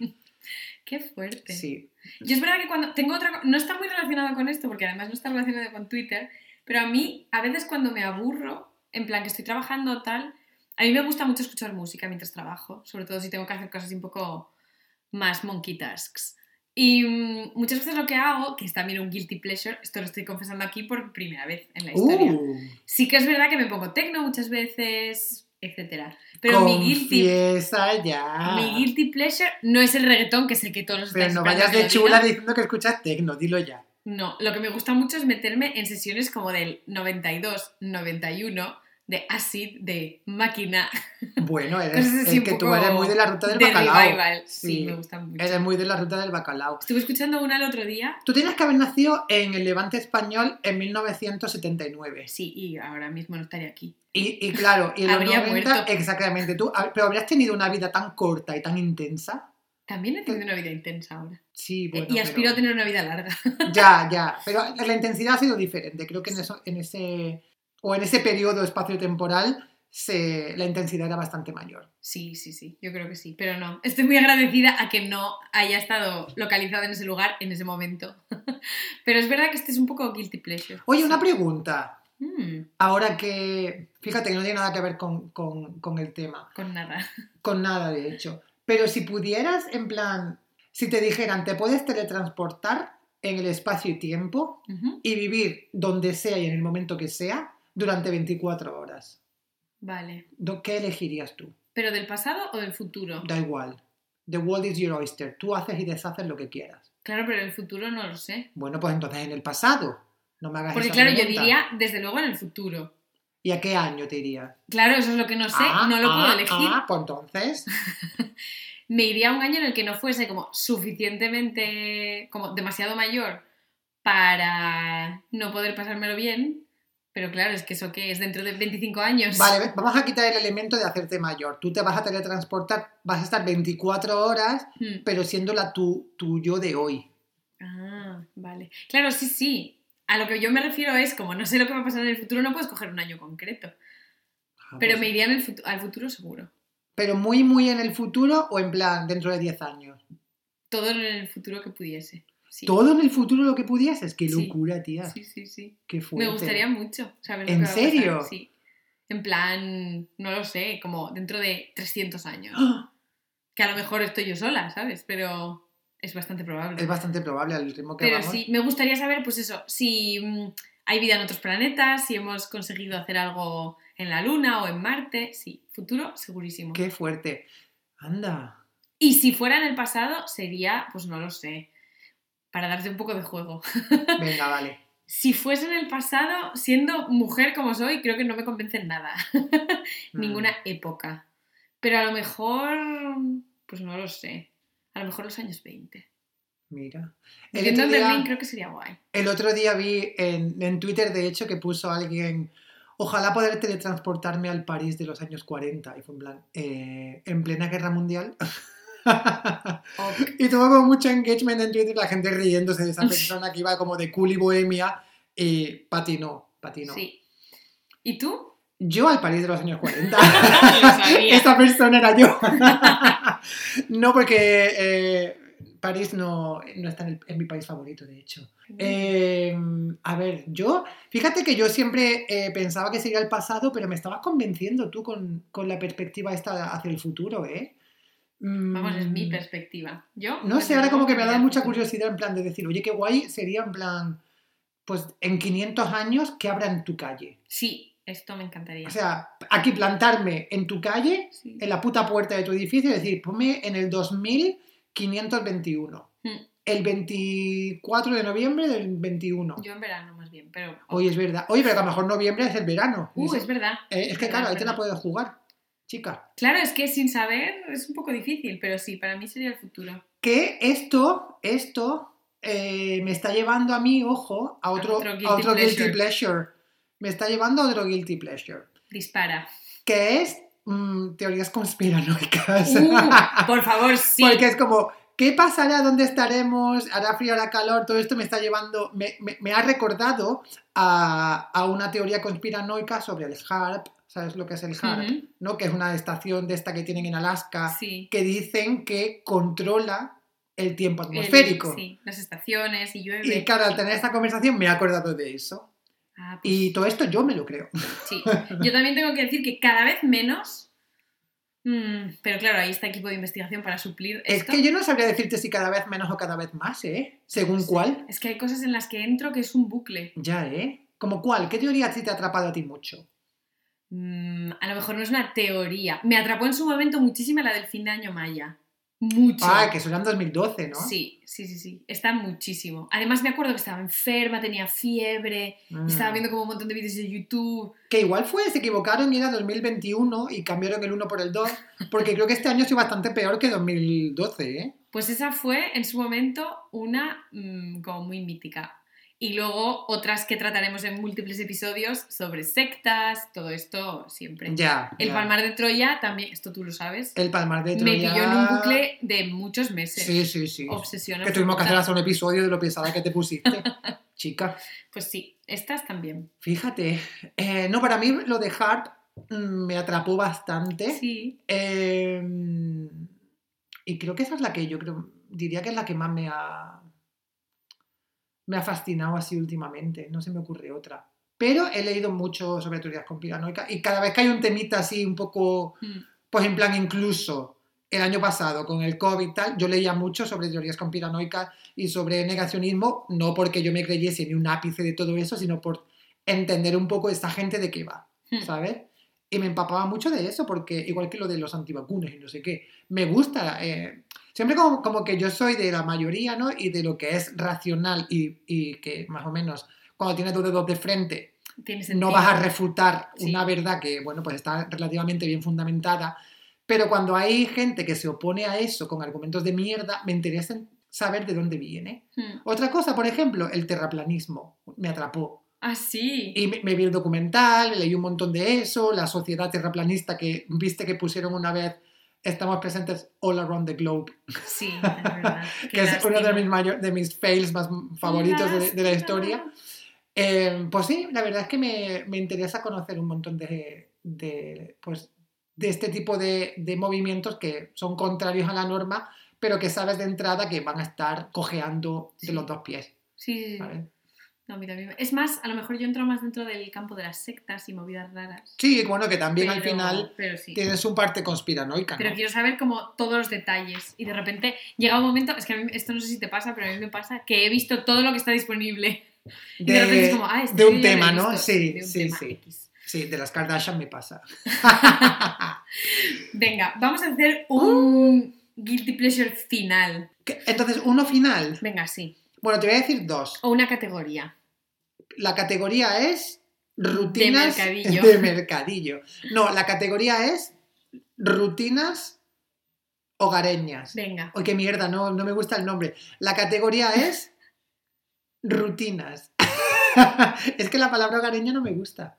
Speaker 1: Qué fuerte.
Speaker 2: Sí.
Speaker 1: Yo es verdad que cuando tengo otra co- no está muy relacionado con esto porque además no está relacionado con Twitter, pero a mí a veces cuando me aburro, en plan que estoy trabajando o tal, a mí me gusta mucho escuchar música mientras trabajo, sobre todo si tengo que hacer cosas un poco más monkey tasks. Y mm, muchas veces lo que hago, que es también un guilty pleasure, esto lo estoy confesando aquí por primera vez en la historia.
Speaker 2: Uh,
Speaker 1: Sí que es verdad que me pongo tecno muchas veces, etcétera, pero mi guilty
Speaker 2: confiesa ya.
Speaker 1: mi guilty pleasure no es el reggaetón, que es el que todos los
Speaker 2: Pero
Speaker 1: estáis
Speaker 2: no
Speaker 1: esperando
Speaker 2: vayas
Speaker 1: que
Speaker 2: de
Speaker 1: lo
Speaker 2: chula
Speaker 1: diga.
Speaker 2: diciendo que escuchas tecno, dilo ya.
Speaker 1: No, lo que me gusta mucho es meterme en sesiones como del 92, 91, de acid, de máquina.
Speaker 2: Bueno, eres,
Speaker 1: Cosas así
Speaker 2: es
Speaker 1: Pues un
Speaker 2: que tú
Speaker 1: poco
Speaker 2: eres muy de la ruta del
Speaker 1: de
Speaker 2: bacalao.
Speaker 1: revival. Sí,
Speaker 2: Sí.
Speaker 1: me gusta mucho.
Speaker 2: Eres muy de la ruta del bacalao.
Speaker 1: Estuve escuchando una el otro día.
Speaker 2: Tú tienes que haber nacido en el Levante español en 1979.
Speaker 1: Sí, y ahora mismo no estaría aquí.
Speaker 2: Y, y claro, y en
Speaker 1: Habría
Speaker 2: los 90,
Speaker 1: muerto.
Speaker 2: exactamente tú. a- Pero habrías tenido una vida tan corta y tan intensa.
Speaker 1: También he tenido una vida intensa ahora.
Speaker 2: Sí,
Speaker 1: Eh,
Speaker 2: bueno.
Speaker 1: y aspiro
Speaker 2: pero-
Speaker 1: a tener una vida larga.
Speaker 2: Ya, ya. Pero la intensidad ha sido diferente. Creo que en, eso, en ese. O en ese periodo espacio-temporal, se, la intensidad era bastante mayor.
Speaker 1: Sí, sí, sí, yo creo que sí. Pero no, estoy muy agradecida a que no haya estado localizado en ese lugar en ese momento. Pero es verdad que este es un poco guilty pleasure.
Speaker 2: Oye, una pregunta.
Speaker 1: Mm,
Speaker 2: Ahora que. Fíjate que no tiene nada que ver con, con- con el tema.
Speaker 1: con nada.
Speaker 2: Con nada, de hecho. Pero si pudieras, en plan. Si te dijeran, te puedes teletransportar en el espacio y tiempo,
Speaker 1: Ujú,
Speaker 2: y vivir donde sea y en el momento que sea durante 24 horas.
Speaker 1: Vale.
Speaker 2: Do- ¿Qué elegirías tú?
Speaker 1: ¿Pero del pasado o del futuro?
Speaker 2: Da igual. The world is your oyster. Tú haces y deshaces lo que quieras.
Speaker 1: Claro, pero el futuro no lo sé.
Speaker 2: Bueno, pues entonces en el pasado. No me hagas
Speaker 1: Porque
Speaker 2: esa
Speaker 1: claro, yo
Speaker 2: pregunta.
Speaker 1: diría, desde luego, en el futuro.
Speaker 2: ¿Y a qué año te irías?
Speaker 1: Claro, eso es lo que no sé,
Speaker 2: Ah,
Speaker 1: no lo
Speaker 2: ah,
Speaker 1: puedo elegir.
Speaker 2: Ah, pues entonces.
Speaker 1: Me iría a un año en el que no fuese como suficientemente, como demasiado mayor para no poder pasármelo bien. Pero claro, es que eso que es dentro de 25 años.
Speaker 2: Vale, ve- vamos a quitar el elemento de hacerte mayor. Tú te vas a teletransportar, vas a estar 24 horas,
Speaker 1: Hmm.
Speaker 2: pero siendo la tu, tu yo de hoy.
Speaker 1: Ah, vale. Claro, sí, sí. A lo que yo me refiero es, como no sé lo que va a pasar en el futuro, no puedes coger un año concreto.
Speaker 2: Ah,
Speaker 1: Pero
Speaker 2: pues-
Speaker 1: me iría en el futu- al futuro seguro.
Speaker 2: Pero muy, muy en el futuro o en plan dentro de 10 años.
Speaker 1: Todo en el futuro que pudiese. Sí,
Speaker 2: Todo en el futuro lo que pudieses. Qué
Speaker 1: Sí.
Speaker 2: locura, tía.
Speaker 1: sí, sí. sí.
Speaker 2: Qué fuerte.
Speaker 1: Me gustaría mucho saber lo
Speaker 2: ¿En
Speaker 1: que va a
Speaker 2: serio?
Speaker 1: pasar, Sí. En plan, no lo sé, como dentro de 300 años.
Speaker 2: ¡Ah!
Speaker 1: Que a lo mejor estoy yo sola, ¿sabes? Pero es bastante probable.
Speaker 2: Es bastante probable al ritmo que
Speaker 1: Pero
Speaker 2: vamos.
Speaker 1: sí, me gustaría saber, pues eso, si mm, hay vida en otros planetas, si hemos conseguido hacer algo en la Luna o en Marte. Sí, futuro segurísimo.
Speaker 2: Qué fuerte. Anda.
Speaker 1: Y si fuera en el pasado, sería, pues no lo sé, para darte un poco de juego.
Speaker 2: Venga, vale.
Speaker 1: Si fuese en el pasado, siendo mujer como soy, creo que no me convence en nada.
Speaker 2: Mm.
Speaker 1: Ninguna época. Pero a lo mejor, pues no lo sé. A lo mejor los años 20.
Speaker 2: Mm, Mira. El
Speaker 1: Viviendo
Speaker 2: otro,
Speaker 1: en Berlín
Speaker 2: día,
Speaker 1: creo que sería guay.
Speaker 2: el otro día vi en, en Twitter, de hecho, que puso alguien. Ojalá poder teletransportarme al París de los años 40. Y fue en plan. eh, en plena guerra mundial.
Speaker 1: Ok.
Speaker 2: Y tuvo como mucho engagement en Twitter, la gente riéndose de esa persona que iba como de cool y bohemia. Y patinó, patinó.
Speaker 1: Sí. ¿Y tú?
Speaker 2: Yo al París de los años 40.
Speaker 1: Lo sabía.
Speaker 2: Esta persona era yo. no, porque eh, París no, no está en, el- en mi país favorito, de hecho.
Speaker 1: Mm.
Speaker 2: Eh, a ver, yo, fíjate que yo siempre eh, pensaba que sería el pasado, pero me estabas convenciendo tú con, con la perspectiva esta hacia el futuro, ¿eh? Mm,
Speaker 1: Vamos, es mi perspectiva. Yo.
Speaker 2: No sé, ahora como que me ha dado mucha
Speaker 1: curiosidad.
Speaker 2: curiosidad en plan de decir, oye, qué guay sería en plan, pues en 500 años, ¿qué habrá en tu calle?
Speaker 1: Sí, esto me encantaría.
Speaker 2: O sea, aquí plantarme en tu calle,
Speaker 1: Sí.
Speaker 2: en la puta puerta de tu edificio y decir, ponme en el 2521.
Speaker 1: Mm.
Speaker 2: El 24 de noviembre del 21.
Speaker 1: Yo en verano más bien, pero.
Speaker 2: Hoy es verdad. Oye, pero que a lo mejor noviembre es el verano.
Speaker 1: Uh,
Speaker 2: Dices,
Speaker 1: es verdad.
Speaker 2: eh, es que
Speaker 1: verdad,
Speaker 2: claro, ahí te
Speaker 1: verdad.
Speaker 2: la puedes jugar, chica.
Speaker 1: Claro, es que sin saber es un poco difícil, pero sí, para mí sería el futuro.
Speaker 2: Que esto, esto eh, me está llevando a mí, ojo, a otro, a
Speaker 1: otro
Speaker 2: otro,
Speaker 1: guilty
Speaker 2: guilty,
Speaker 1: pleasure.
Speaker 2: pleasure. Me está llevando a otro guilty pleasure.
Speaker 1: Dispara.
Speaker 2: Que es mm, teorías conspiranoicas.
Speaker 1: Uh, por favor, sí.
Speaker 2: Porque es como, ¿qué pasará? ¿Dónde estaremos? ¿Hará frío? ¿Hará calor? Todo esto me está llevando, me, me- me ha recordado a, a una teoría conspiranoica sobre el HARP. ¿Sabes lo que es el HARP?
Speaker 1: Ujú,
Speaker 2: ¿No? Que es una estación de esta que tienen en Alaska
Speaker 1: Sí.
Speaker 2: que dicen que controla el tiempo atmosférico.
Speaker 1: El- sí, las estaciones y llueve. pues
Speaker 2: Y claro, al tener esta conversación me he acordado de eso.
Speaker 1: Ah, pues
Speaker 2: Y todo esto yo me lo creo.
Speaker 1: sí. Yo también tengo que decir que cada vez menos. Mm, pero claro, ahí está equipo de investigación para suplir
Speaker 2: Es
Speaker 1: esto.
Speaker 2: que yo no sabría decirte si cada vez menos o cada vez más, ¿eh? Según
Speaker 1: Sí.
Speaker 2: cuál.
Speaker 1: Es que hay cosas en las que entro que es un bucle.
Speaker 2: Ya, ¿eh? Como cuál, ¿qué teoría a ti te ha atrapado a ti mucho?
Speaker 1: Mm, a lo mejor no es una teoría. Me atrapó en su momento muchísima la del fin de año maya. Mucho.
Speaker 2: Ah, que eso era en 2012, ¿no?
Speaker 1: Sí, sí, sí, sí. Está muchísimo. Además, me acuerdo que estaba enferma, tenía fiebre,
Speaker 2: Mm.
Speaker 1: estaba viendo como un montón de vídeos de YouTube.
Speaker 2: Que igual fue, se equivocaron y era 2021 y cambiaron el 1 por el 2, porque creo que este año ha sido bastante peor que 2012, ¿eh?
Speaker 1: Pues esa fue en su momento una mm, como muy mítica. Y luego otras que trataremos en múltiples episodios sobre sectas, todo esto siempre.
Speaker 2: Ya.
Speaker 1: El
Speaker 2: ya.
Speaker 1: Palmar de Troya también, esto tú lo sabes,
Speaker 2: El Palmar de
Speaker 1: me
Speaker 2: Troya.
Speaker 1: pilló en un bucle de muchos meses.
Speaker 2: Sí, sí, sí.
Speaker 1: Obsesión
Speaker 2: Que tuvimos que hacer
Speaker 1: absoluta.
Speaker 2: hasta un episodio de lo pesada que te pusiste. Chica,
Speaker 1: Pues sí, estas también.
Speaker 2: fíjate. Eh, no, para mí lo de Hart mm, me atrapó bastante.
Speaker 1: Sí.
Speaker 2: Eh, y creo que esa es la que yo creo, diría que es la que más me ha, me ha fascinado así últimamente. No se me ocurre otra. Pero he leído mucho sobre teorías conspiranoicas y cada vez que hay un temita así un poco,
Speaker 1: Mm.
Speaker 2: pues en plan incluso el año pasado con el COVID y tal, yo leía mucho sobre teorías conspiranoicas y sobre negacionismo, no porque yo me creyese ni un ápice de todo eso, sino por entender un poco esta gente de qué va.
Speaker 1: Hmm.
Speaker 2: ¿sabes? Y me empapaba mucho de eso, porque igual que lo de los antivacunas y no sé qué, me gusta. eh, siempre como, como que yo soy de la mayoría, ¿no? Y de lo que es racional y, y que más o menos cuando tienes dos dedos de frente
Speaker 1: Tiene sentido.
Speaker 2: no vas a refutar
Speaker 1: Sí.
Speaker 2: una verdad que, bueno, pues está relativamente bien fundamentada. Pero cuando hay gente que se opone a eso con argumentos de mierda, me interesa saber de dónde viene.
Speaker 1: Mm.
Speaker 2: Otra cosa, por ejemplo, el terraplanismo me atrapó.
Speaker 1: Ah, sí.
Speaker 2: Y me, me vi el documental, leí un montón de eso, la sociedad terraplanista que viste que pusieron una vez, estamos presentes all around the globe,
Speaker 1: Sí, es verdad. Qué
Speaker 2: que es uno de
Speaker 1: lástima.
Speaker 2: mis, mayor- de mis fails más favoritos de, de la
Speaker 1: Lástima.
Speaker 2: historia. Eh, pues sí, la verdad es que me, me interesa conocer un montón de, de, pues, de este tipo de, de movimientos que son contrarios a la norma, pero que sabes de entrada que van a estar cojeando de
Speaker 1: Sí.
Speaker 2: los dos pies.
Speaker 1: Sí, sí, sí.
Speaker 2: ¿sabes?
Speaker 1: No, a mí también. Es más, a lo mejor yo entro más dentro del campo de las sectas y movidas raras.
Speaker 2: Sí, bueno, que también al
Speaker 1: Pero-
Speaker 2: final
Speaker 1: Pero sí.
Speaker 2: tienes un parte conspiranoica.
Speaker 1: Pero
Speaker 2: ¿no?
Speaker 1: quiero saber como todos los detalles. Y de repente llega un momento, es que a mí esto no sé si te pasa, pero a mí me pasa que he visto todo lo que está disponible. Y de, repente es como, ah, esto
Speaker 2: de
Speaker 1: yo
Speaker 2: un
Speaker 1: ya lo he
Speaker 2: tema, ¿no?
Speaker 1: visto.
Speaker 2: Sí,
Speaker 1: de un
Speaker 2: sí,
Speaker 1: tema
Speaker 2: sí.
Speaker 1: X.
Speaker 2: Sí, de las Kardashian me pasa.
Speaker 1: Venga, vamos a hacer
Speaker 2: Uh.
Speaker 1: un guilty pleasure final.
Speaker 2: Que- Entonces, uno final.
Speaker 1: Venga, sí.
Speaker 2: Bueno, te voy a decir dos.
Speaker 1: O una categoría.
Speaker 2: La categoría es rutinas
Speaker 1: De mercadillo.
Speaker 2: de mercadillo. No, la categoría es rutinas hogareñas.
Speaker 1: Venga.
Speaker 2: Oye, qué mierda, no, no me gusta el nombre. La categoría es rutinas. es que la palabra hogareña no me gusta.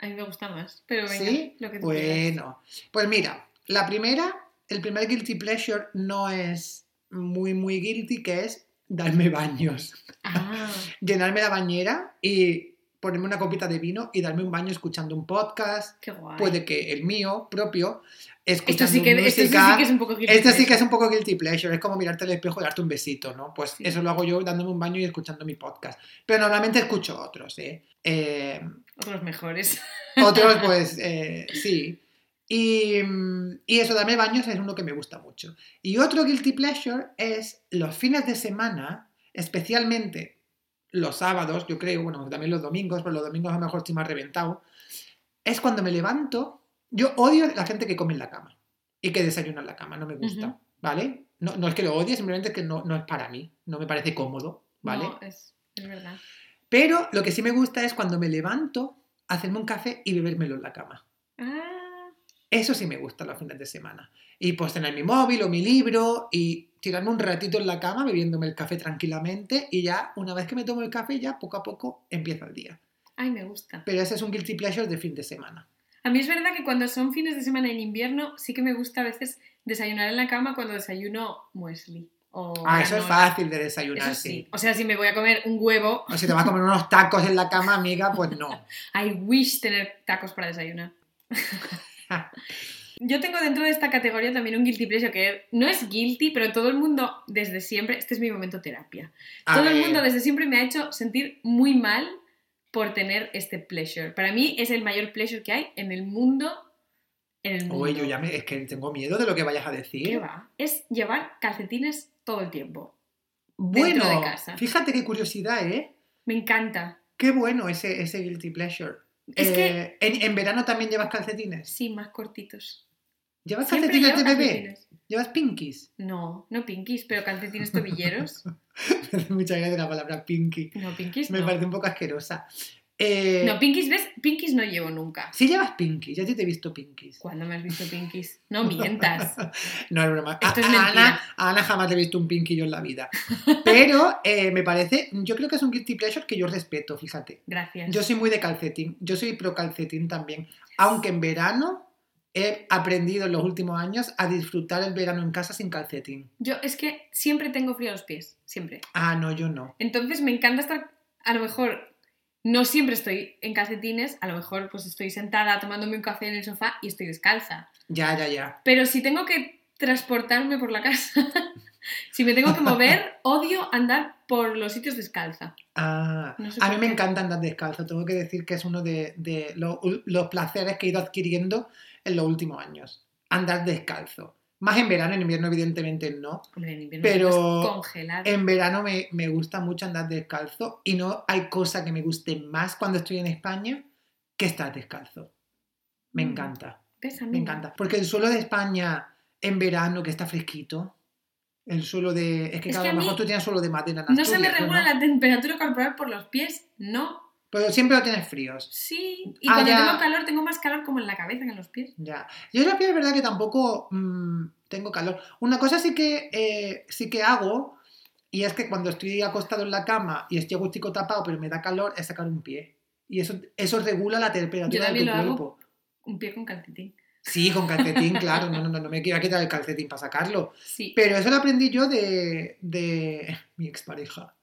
Speaker 1: A mí me gusta más. Pero venga,
Speaker 2: ¿Sí?
Speaker 1: lo que tú quieras.
Speaker 2: Bueno, pues mira, la primera, el primer guilty pleasure no es muy, muy guilty, que es darme baños.
Speaker 1: Ah,
Speaker 2: Llenarme la bañera y ponerme una copita de vino y darme un baño escuchando un podcast,
Speaker 1: qué guay.
Speaker 2: puede que el mío propio, escuchando
Speaker 1: Esto sí, que, esto sí
Speaker 2: música.
Speaker 1: que es un poco guilty
Speaker 2: Este sí que
Speaker 1: pleasure.
Speaker 2: es un poco guilty pleasure, es como mirarte al espejo y darte un besito, ¿no? Pues
Speaker 1: Sí.
Speaker 2: eso lo hago yo dándome un baño y escuchando mi podcast. Pero normalmente escucho otros, ¿eh? eh
Speaker 1: Otros mejores.
Speaker 2: otros, pues eh, sí. Y, mm, y eso, darme baños es uno que me gusta mucho. Y otro guilty pleasure es los fines de semana, especialmente los sábados, yo creo, bueno, también los domingos, pero los domingos a lo mejor estoy más reventado. Es cuando me levanto. Yo odio la gente que come en la cama y que desayuna en la cama, no me gusta,
Speaker 1: Ujú.
Speaker 2: ¿vale? No, no es que lo odie, simplemente es que no, no es para mí, no me parece cómodo, ¿vale?
Speaker 1: No, es, es verdad.
Speaker 2: Pero lo que sí me gusta es cuando me levanto, hacerme un café y bebérmelo en la cama.
Speaker 1: Ah,
Speaker 2: Eso sí me gusta los fines de semana. Y pues tener mi móvil o mi libro y tirarme un ratito en la cama bebiéndome el café tranquilamente y ya una vez que me tomo el café ya poco a poco empieza el día.
Speaker 1: ay, me gusta.
Speaker 2: Pero ese es un guilty pleasure de fin de semana.
Speaker 1: A mí es verdad que cuando son fines de semana en invierno, sí que me gusta a veces desayunar en la cama cuando desayuno muesli. O
Speaker 2: ah, eso es
Speaker 1: granola.
Speaker 2: fácil de desayunar,
Speaker 1: Eso
Speaker 2: sí.
Speaker 1: sí. O sea, si me voy a comer un huevo,
Speaker 2: O si te vas a comer unos tacos en la cama, amiga, pues no.
Speaker 1: I wish tener tacos para desayunar. Yo tengo dentro de esta categoría también un guilty pleasure que no es guilty, pero todo el mundo desde siempre, este es mi momento terapia,
Speaker 2: A
Speaker 1: todo el
Speaker 2: ver,
Speaker 1: mundo desde siempre me ha hecho sentir muy mal por tener este pleasure. Para mí es el mayor pleasure que hay en el mundo. En el mundo.
Speaker 2: Uy, yo ya me... Es que tengo miedo de lo que vayas a decir.
Speaker 1: ¿Qué va? Es llevar calcetines todo el tiempo.
Speaker 2: bueno,
Speaker 1: de casa.
Speaker 2: fíjate qué curiosidad, ¿eh?
Speaker 1: Me encanta.
Speaker 2: Qué bueno ese, ese guilty pleasure.
Speaker 1: Es que
Speaker 2: Eh, ¿en, en verano también llevas calcetines?
Speaker 1: sí, más cortitos.
Speaker 2: ¿Llevas
Speaker 1: Siempre
Speaker 2: calcetines de
Speaker 1: llevo
Speaker 2: bebé?
Speaker 1: calcetines.
Speaker 2: ¿Llevas pinkies?
Speaker 1: No, no pinkies, pero calcetines tobilleros.
Speaker 2: Me hace mucha gracia la palabra pinky.
Speaker 1: No, pinkies
Speaker 2: Me
Speaker 1: no.
Speaker 2: parece un poco asquerosa. Eh,
Speaker 1: No, pinkies, ¿ves? Pinkies no llevo nunca.
Speaker 2: Si llevas pinkies, yo a ti te he visto pinkies.
Speaker 1: ¿Cuándo me has visto pinkies? No mientas.
Speaker 2: No es broma. A-
Speaker 1: Esto es
Speaker 2: a
Speaker 1: mentira.
Speaker 2: Ana, a Ana jamás le he visto un pinky yo en la vida. Pero eh, me parece, yo creo que es un guilty pleasure que yo respeto, fíjate.
Speaker 1: Gracias.
Speaker 2: Yo soy muy de calcetín, yo soy pro calcetín también. Aunque en verano he aprendido en los últimos años a disfrutar el verano en casa sin calcetín.
Speaker 1: Yo es que siempre tengo frío a los pies, siempre.
Speaker 2: Ah, no, yo no.
Speaker 1: Entonces me encanta estar, a lo mejor, no siempre estoy en calcetines, a lo mejor pues estoy sentada tomándome un café en el sofá y estoy descalza.
Speaker 2: Ya, ya, ya.
Speaker 1: Pero si tengo que transportarme por la casa, si me tengo que mover, odio andar por los sitios descalza.
Speaker 2: Ah,
Speaker 1: No sé
Speaker 2: a mí
Speaker 1: por
Speaker 2: me
Speaker 1: qué.
Speaker 2: encanta andar descalzo. Tengo que decir que es uno de, de los, los placeres que he ido adquiriendo en los últimos años. Andar descalzo. Más en verano, en invierno evidentemente no.
Speaker 1: Hombre, en invierno
Speaker 2: Pero- eh,
Speaker 1: estás congelado.
Speaker 2: En verano me, me gusta mucho andar descalzo y no hay cosa que me guste más cuando estoy en España que estar descalzo. Me
Speaker 1: Mm.
Speaker 2: encanta,
Speaker 1: ¿Ves? A mí
Speaker 2: me
Speaker 1: no.
Speaker 2: encanta. Porque el suelo de España en verano, que está fresquito, el suelo de... Es que,
Speaker 1: Es
Speaker 2: claro,
Speaker 1: que
Speaker 2: a
Speaker 1: a
Speaker 2: lo mejor
Speaker 1: mí
Speaker 2: tú tienes suelo de madera. en
Speaker 1: No se me
Speaker 2: Asturias,
Speaker 1: regula
Speaker 2: ¿no?
Speaker 1: la temperatura corporal por los pies, no.
Speaker 2: Pero siempre lo tienes fríos.
Speaker 1: Sí, y
Speaker 2: Ah,
Speaker 1: cuando
Speaker 2: ya.
Speaker 1: tengo calor tengo más calor como en la cabeza que en los pies.
Speaker 2: Ya. Yo en la piel es verdad que tampoco mm, tengo calor. Una cosa sí que, eh, sí que hago, y es que cuando estoy acostado en la cama y estoy agustico tapado, pero me da calor, es sacar un pie. Y eso, eso regula la
Speaker 1: Yo
Speaker 2: temperatura de
Speaker 1: también
Speaker 2: tu
Speaker 1: lo hago.
Speaker 2: cuerpo.
Speaker 1: Un pie con calcetín.
Speaker 2: Sí, con calcetín, claro. No, no, no, no me quiero quitar el calcetín para sacarlo.
Speaker 1: Sí.
Speaker 2: Pero eso lo aprendí yo de, de mi expareja.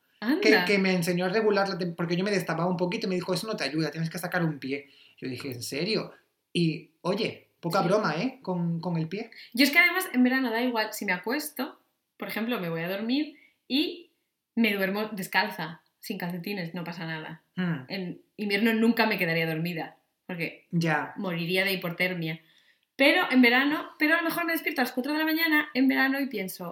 Speaker 2: que,
Speaker 1: Anda.
Speaker 2: que me enseñó a regular la tem- porque yo me destapaba un poquito y me dijo, eso no te ayuda, tienes que sacar un pie. Yo dije, ¿en serio? Y, oye, poca
Speaker 1: Sí.
Speaker 2: broma, ¿eh? Con, con el pie.
Speaker 1: Yo es que además en verano da igual si me acuesto, por ejemplo, me voy a dormir y me duermo descalza, sin calcetines, no pasa nada.
Speaker 2: Mm,
Speaker 1: En invierno nunca me quedaría dormida, porque
Speaker 2: ya.
Speaker 1: moriría de hipotermia. Pero en verano, pero a lo mejor me despierto a las 4 de la mañana en verano y pienso,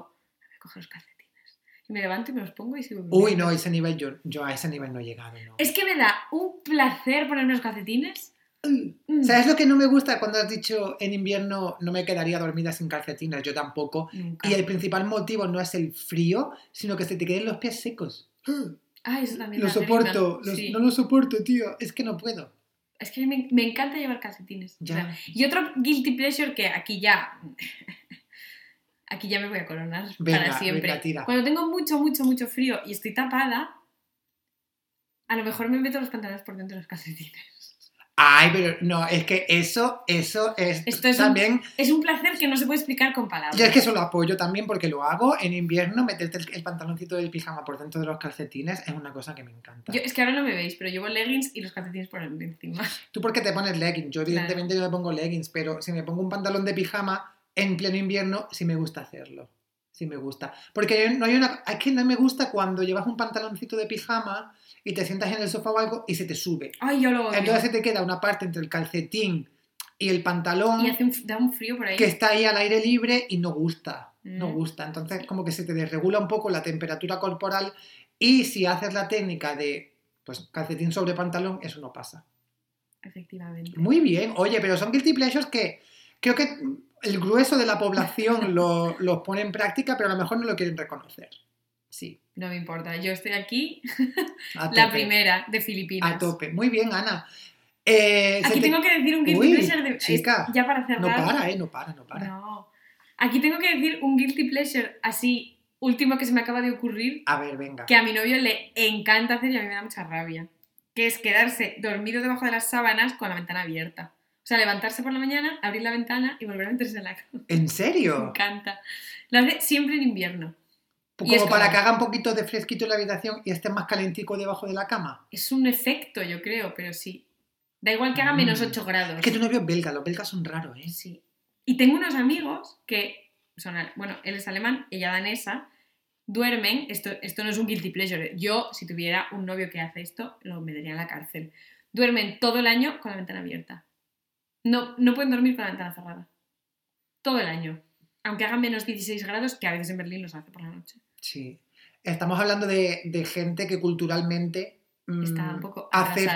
Speaker 1: "A ver, coger los calcetines. Y me levanto y me los pongo y sigo.
Speaker 2: Uy,
Speaker 1: durmiendo.
Speaker 2: no, ese nivel yo, yo a ese nivel no he llegado, ¿no?
Speaker 1: Es que me da un placer ponerme los calcetines.
Speaker 2: Mm.
Speaker 1: Mm.
Speaker 2: ¿Sabes lo que no me gusta cuando has dicho en invierno no me quedaría dormida sin calcetines? Yo tampoco.
Speaker 1: Nunca.
Speaker 2: Y el principal motivo no es el frío, sino que se te queden los pies secos.
Speaker 1: Ah, eso también
Speaker 2: Lo
Speaker 1: da pena.
Speaker 2: soporto, los-
Speaker 1: Sí.
Speaker 2: no lo soporto, tío. Es que no puedo.
Speaker 1: Es que a mí me, me encanta llevar calcetines. O sea,
Speaker 2: Ya.
Speaker 1: Y otro guilty pleasure que aquí ya. Aquí ya me voy a coronar
Speaker 2: Venga,
Speaker 1: para siempre.
Speaker 2: venga, tira.
Speaker 1: Cuando tengo mucho, mucho, mucho frío y estoy tapada, a lo mejor me meto los pantalones por dentro de los calcetines.
Speaker 2: Ay, pero no, es que eso, eso es,
Speaker 1: Esto es un-
Speaker 2: también
Speaker 1: Es un placer que no se puede explicar con palabras.
Speaker 2: Yo es que eso lo apoyo también porque lo hago en invierno, meterte el, el pantaloncito del pijama por dentro de los calcetines es una cosa que me encanta.
Speaker 1: Yo- es que ahora no me veis, pero llevo leggings y los calcetines por encima.
Speaker 2: Tú porque te pones leggings, yo
Speaker 1: Claro.
Speaker 2: evidentemente no me pongo leggings, pero si me pongo un pantalón de pijama en pleno invierno, sí me gusta hacerlo. Sí me gusta. Porque no hay una... Es que no me gusta cuando llevas un pantaloncito de pijama y te sientas en el sofá o algo y se te sube.
Speaker 1: Ay, yo lo odio.
Speaker 2: Entonces se te queda una parte entre el calcetín y el pantalón
Speaker 1: Y hace un- da un frío por ahí.
Speaker 2: que está ahí al aire libre y no gusta, no
Speaker 1: Mm.
Speaker 2: gusta. Entonces como que se te desregula un poco la temperatura corporal y si haces la técnica de pues calcetín sobre pantalón, eso no pasa.
Speaker 1: Efectivamente.
Speaker 2: Muy bien, oye, pero son guilty pleasures que creo que el grueso de la población lo- los pone en práctica, pero a lo mejor no lo quieren reconocer. Sí,
Speaker 1: No me importa. Yo estoy aquí,
Speaker 2: a tope.
Speaker 1: la primera de Filipinas.
Speaker 2: A tope, muy bien, Ana. Eh, se
Speaker 1: Aquí
Speaker 2: te-
Speaker 1: tengo que decir un guilty
Speaker 2: Uy,
Speaker 1: pleasure de...
Speaker 2: chica,
Speaker 1: es- ya para cerrar.
Speaker 2: No para, ¿eh? No para, no para.
Speaker 1: No. Aquí tengo que decir un guilty pleasure así, último que se me acaba de ocurrir,
Speaker 2: A ver, venga.
Speaker 1: que a mi novio le encanta hacer y a mí me da mucha rabia. Que es quedarse dormido debajo de las sábanas con la ventana abierta. O sea, levantarse por la mañana, abrir la ventana y volver a meterse en la cama.
Speaker 2: ¿En
Speaker 1: Me
Speaker 2: serio?
Speaker 1: encanta. Lo hace siempre en invierno. Y
Speaker 2: Como,
Speaker 1: es como-
Speaker 2: para que haga un poquito de fresquito en la habitación y esté más calentico debajo de la cama.
Speaker 1: Es un efecto, yo creo, pero sí. Da igual que haga menos
Speaker 2: Mm.
Speaker 1: 8 grados.
Speaker 2: Es que tu novio es belga, los belgas son raros, ¿eh?
Speaker 1: Sí. Y tengo unos amigos que son, al- bueno, él es alemán, ella danesa, duermen, esto, esto no es un guilty pleasure, yo si tuviera un novio que hace esto, lo metería en la cárcel. Duermen todo el año con la ventana abierta. No, no pueden dormir con la ventana cerrada. Todo el año. Aunque hagan menos 16 grados, que a veces en Berlín los hace por la noche.
Speaker 2: Sí. Estamos hablando de, de gente que culturalmente mm,
Speaker 1: Está un poco
Speaker 2: aceptan,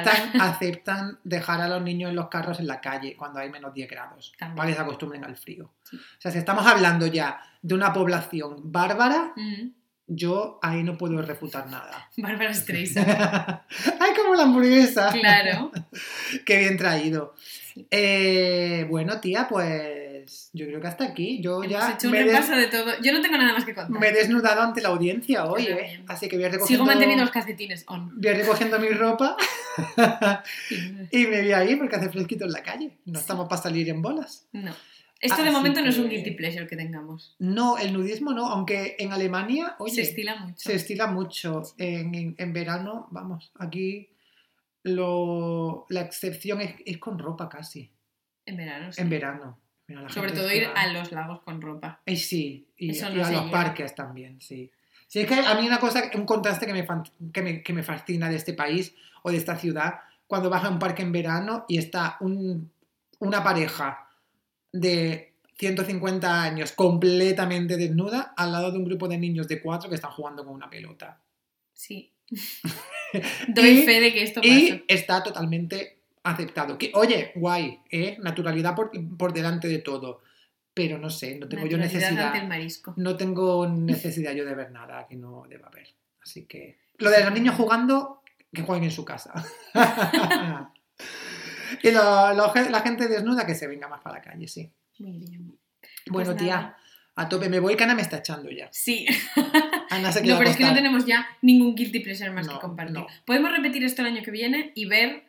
Speaker 1: atrasada.
Speaker 2: aceptan dejar a los niños en los carros en la calle cuando hay menos 10 grados,
Speaker 1: También.
Speaker 2: para que se acostumbren al frío.
Speaker 1: Sí.
Speaker 2: O sea, si estamos hablando ya de una población bárbara,
Speaker 1: Mm,
Speaker 2: yo ahí no puedo refutar nada.
Speaker 1: Bárbara Streisand.
Speaker 2: ¡Ay, como la hamburguesa!
Speaker 1: Claro.
Speaker 2: Qué bien traído. Eh, bueno, tía, pues yo creo que hasta aquí. Yo
Speaker 1: Hemos
Speaker 2: ya
Speaker 1: hecho un
Speaker 2: me, he des-
Speaker 1: repaso de todo. Yo no tengo nada más que contar.
Speaker 2: me he desnudado ante la audiencia hoy,
Speaker 1: Yo
Speaker 2: ¿eh?
Speaker 1: también.
Speaker 2: Así que voy recogiendo,
Speaker 1: Sigo manteniendo los calcetines on.
Speaker 2: voy recogiendo mi ropa y me voy a ir porque hace fresquito en la calle. No
Speaker 1: Sí.
Speaker 2: estamos para salir en bolas.
Speaker 1: No. Esto de
Speaker 2: Ah, Así
Speaker 1: momento no es un
Speaker 2: que-
Speaker 1: guilty pleasure que tengamos.
Speaker 2: No, el nudismo no, aunque en Alemania, oye,
Speaker 1: Se estila mucho.
Speaker 2: se estila mucho. En, en- en verano, vamos, aquí lo, la excepción es, es con ropa casi.
Speaker 1: En verano. sí.
Speaker 2: En verano. Mira, la
Speaker 1: Sobre
Speaker 2: gente
Speaker 1: todo
Speaker 2: es que
Speaker 1: ir
Speaker 2: va-
Speaker 1: a los lagos con ropa.
Speaker 2: Eh, sí, y,
Speaker 1: Eso
Speaker 2: y
Speaker 1: no
Speaker 2: a
Speaker 1: se
Speaker 2: los
Speaker 1: lleva.
Speaker 2: parques también, sí. Sí, es que a mí una cosa, un contraste que me, fan- que me, que me fascina de este país o de esta ciudad, cuando vas a un parque en verano y está un- una pareja de 150 años completamente desnuda al lado de un grupo de niños de cuatro que están jugando con una pelota.
Speaker 1: Sí. Doy
Speaker 2: Y-
Speaker 1: fe de que esto pasa.
Speaker 2: Y está totalmente aceptado. Que, oye, guay, ¿eh? naturalidad por, por delante de todo. Pero no sé, no tengo yo
Speaker 1: Naturalidad
Speaker 2: necesidad.
Speaker 1: ante el marisco.
Speaker 2: no tengo necesidad yo de ver nada que no deba ver. Así que lo de los niños jugando, que jueguen en su casa. y lo- lo gen- la gente desnuda que se venga más para la calle, sí.
Speaker 1: Muy bien.
Speaker 2: Bueno,
Speaker 1: Pues
Speaker 2: tía,
Speaker 1: nada.
Speaker 2: a tope me voy, que Ana me está echando ya.
Speaker 1: Sí.
Speaker 2: Ana se queda
Speaker 1: No, pero es que no
Speaker 2: acostada.
Speaker 1: tenemos ya ningún guilty pleasure más que
Speaker 2: No,
Speaker 1: compartir.
Speaker 2: no.
Speaker 1: Podemos repetir esto el año que viene y ver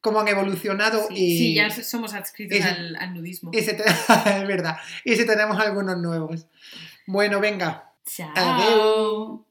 Speaker 2: Como han evolucionado
Speaker 1: si,
Speaker 2: y...
Speaker 1: si ya so- somos adscritos
Speaker 2: y si-
Speaker 1: al, al nudismo.
Speaker 2: y si te- es verdad. Y si tenemos algunos nuevos. Bueno, venga.
Speaker 1: Chao.
Speaker 2: Adeu.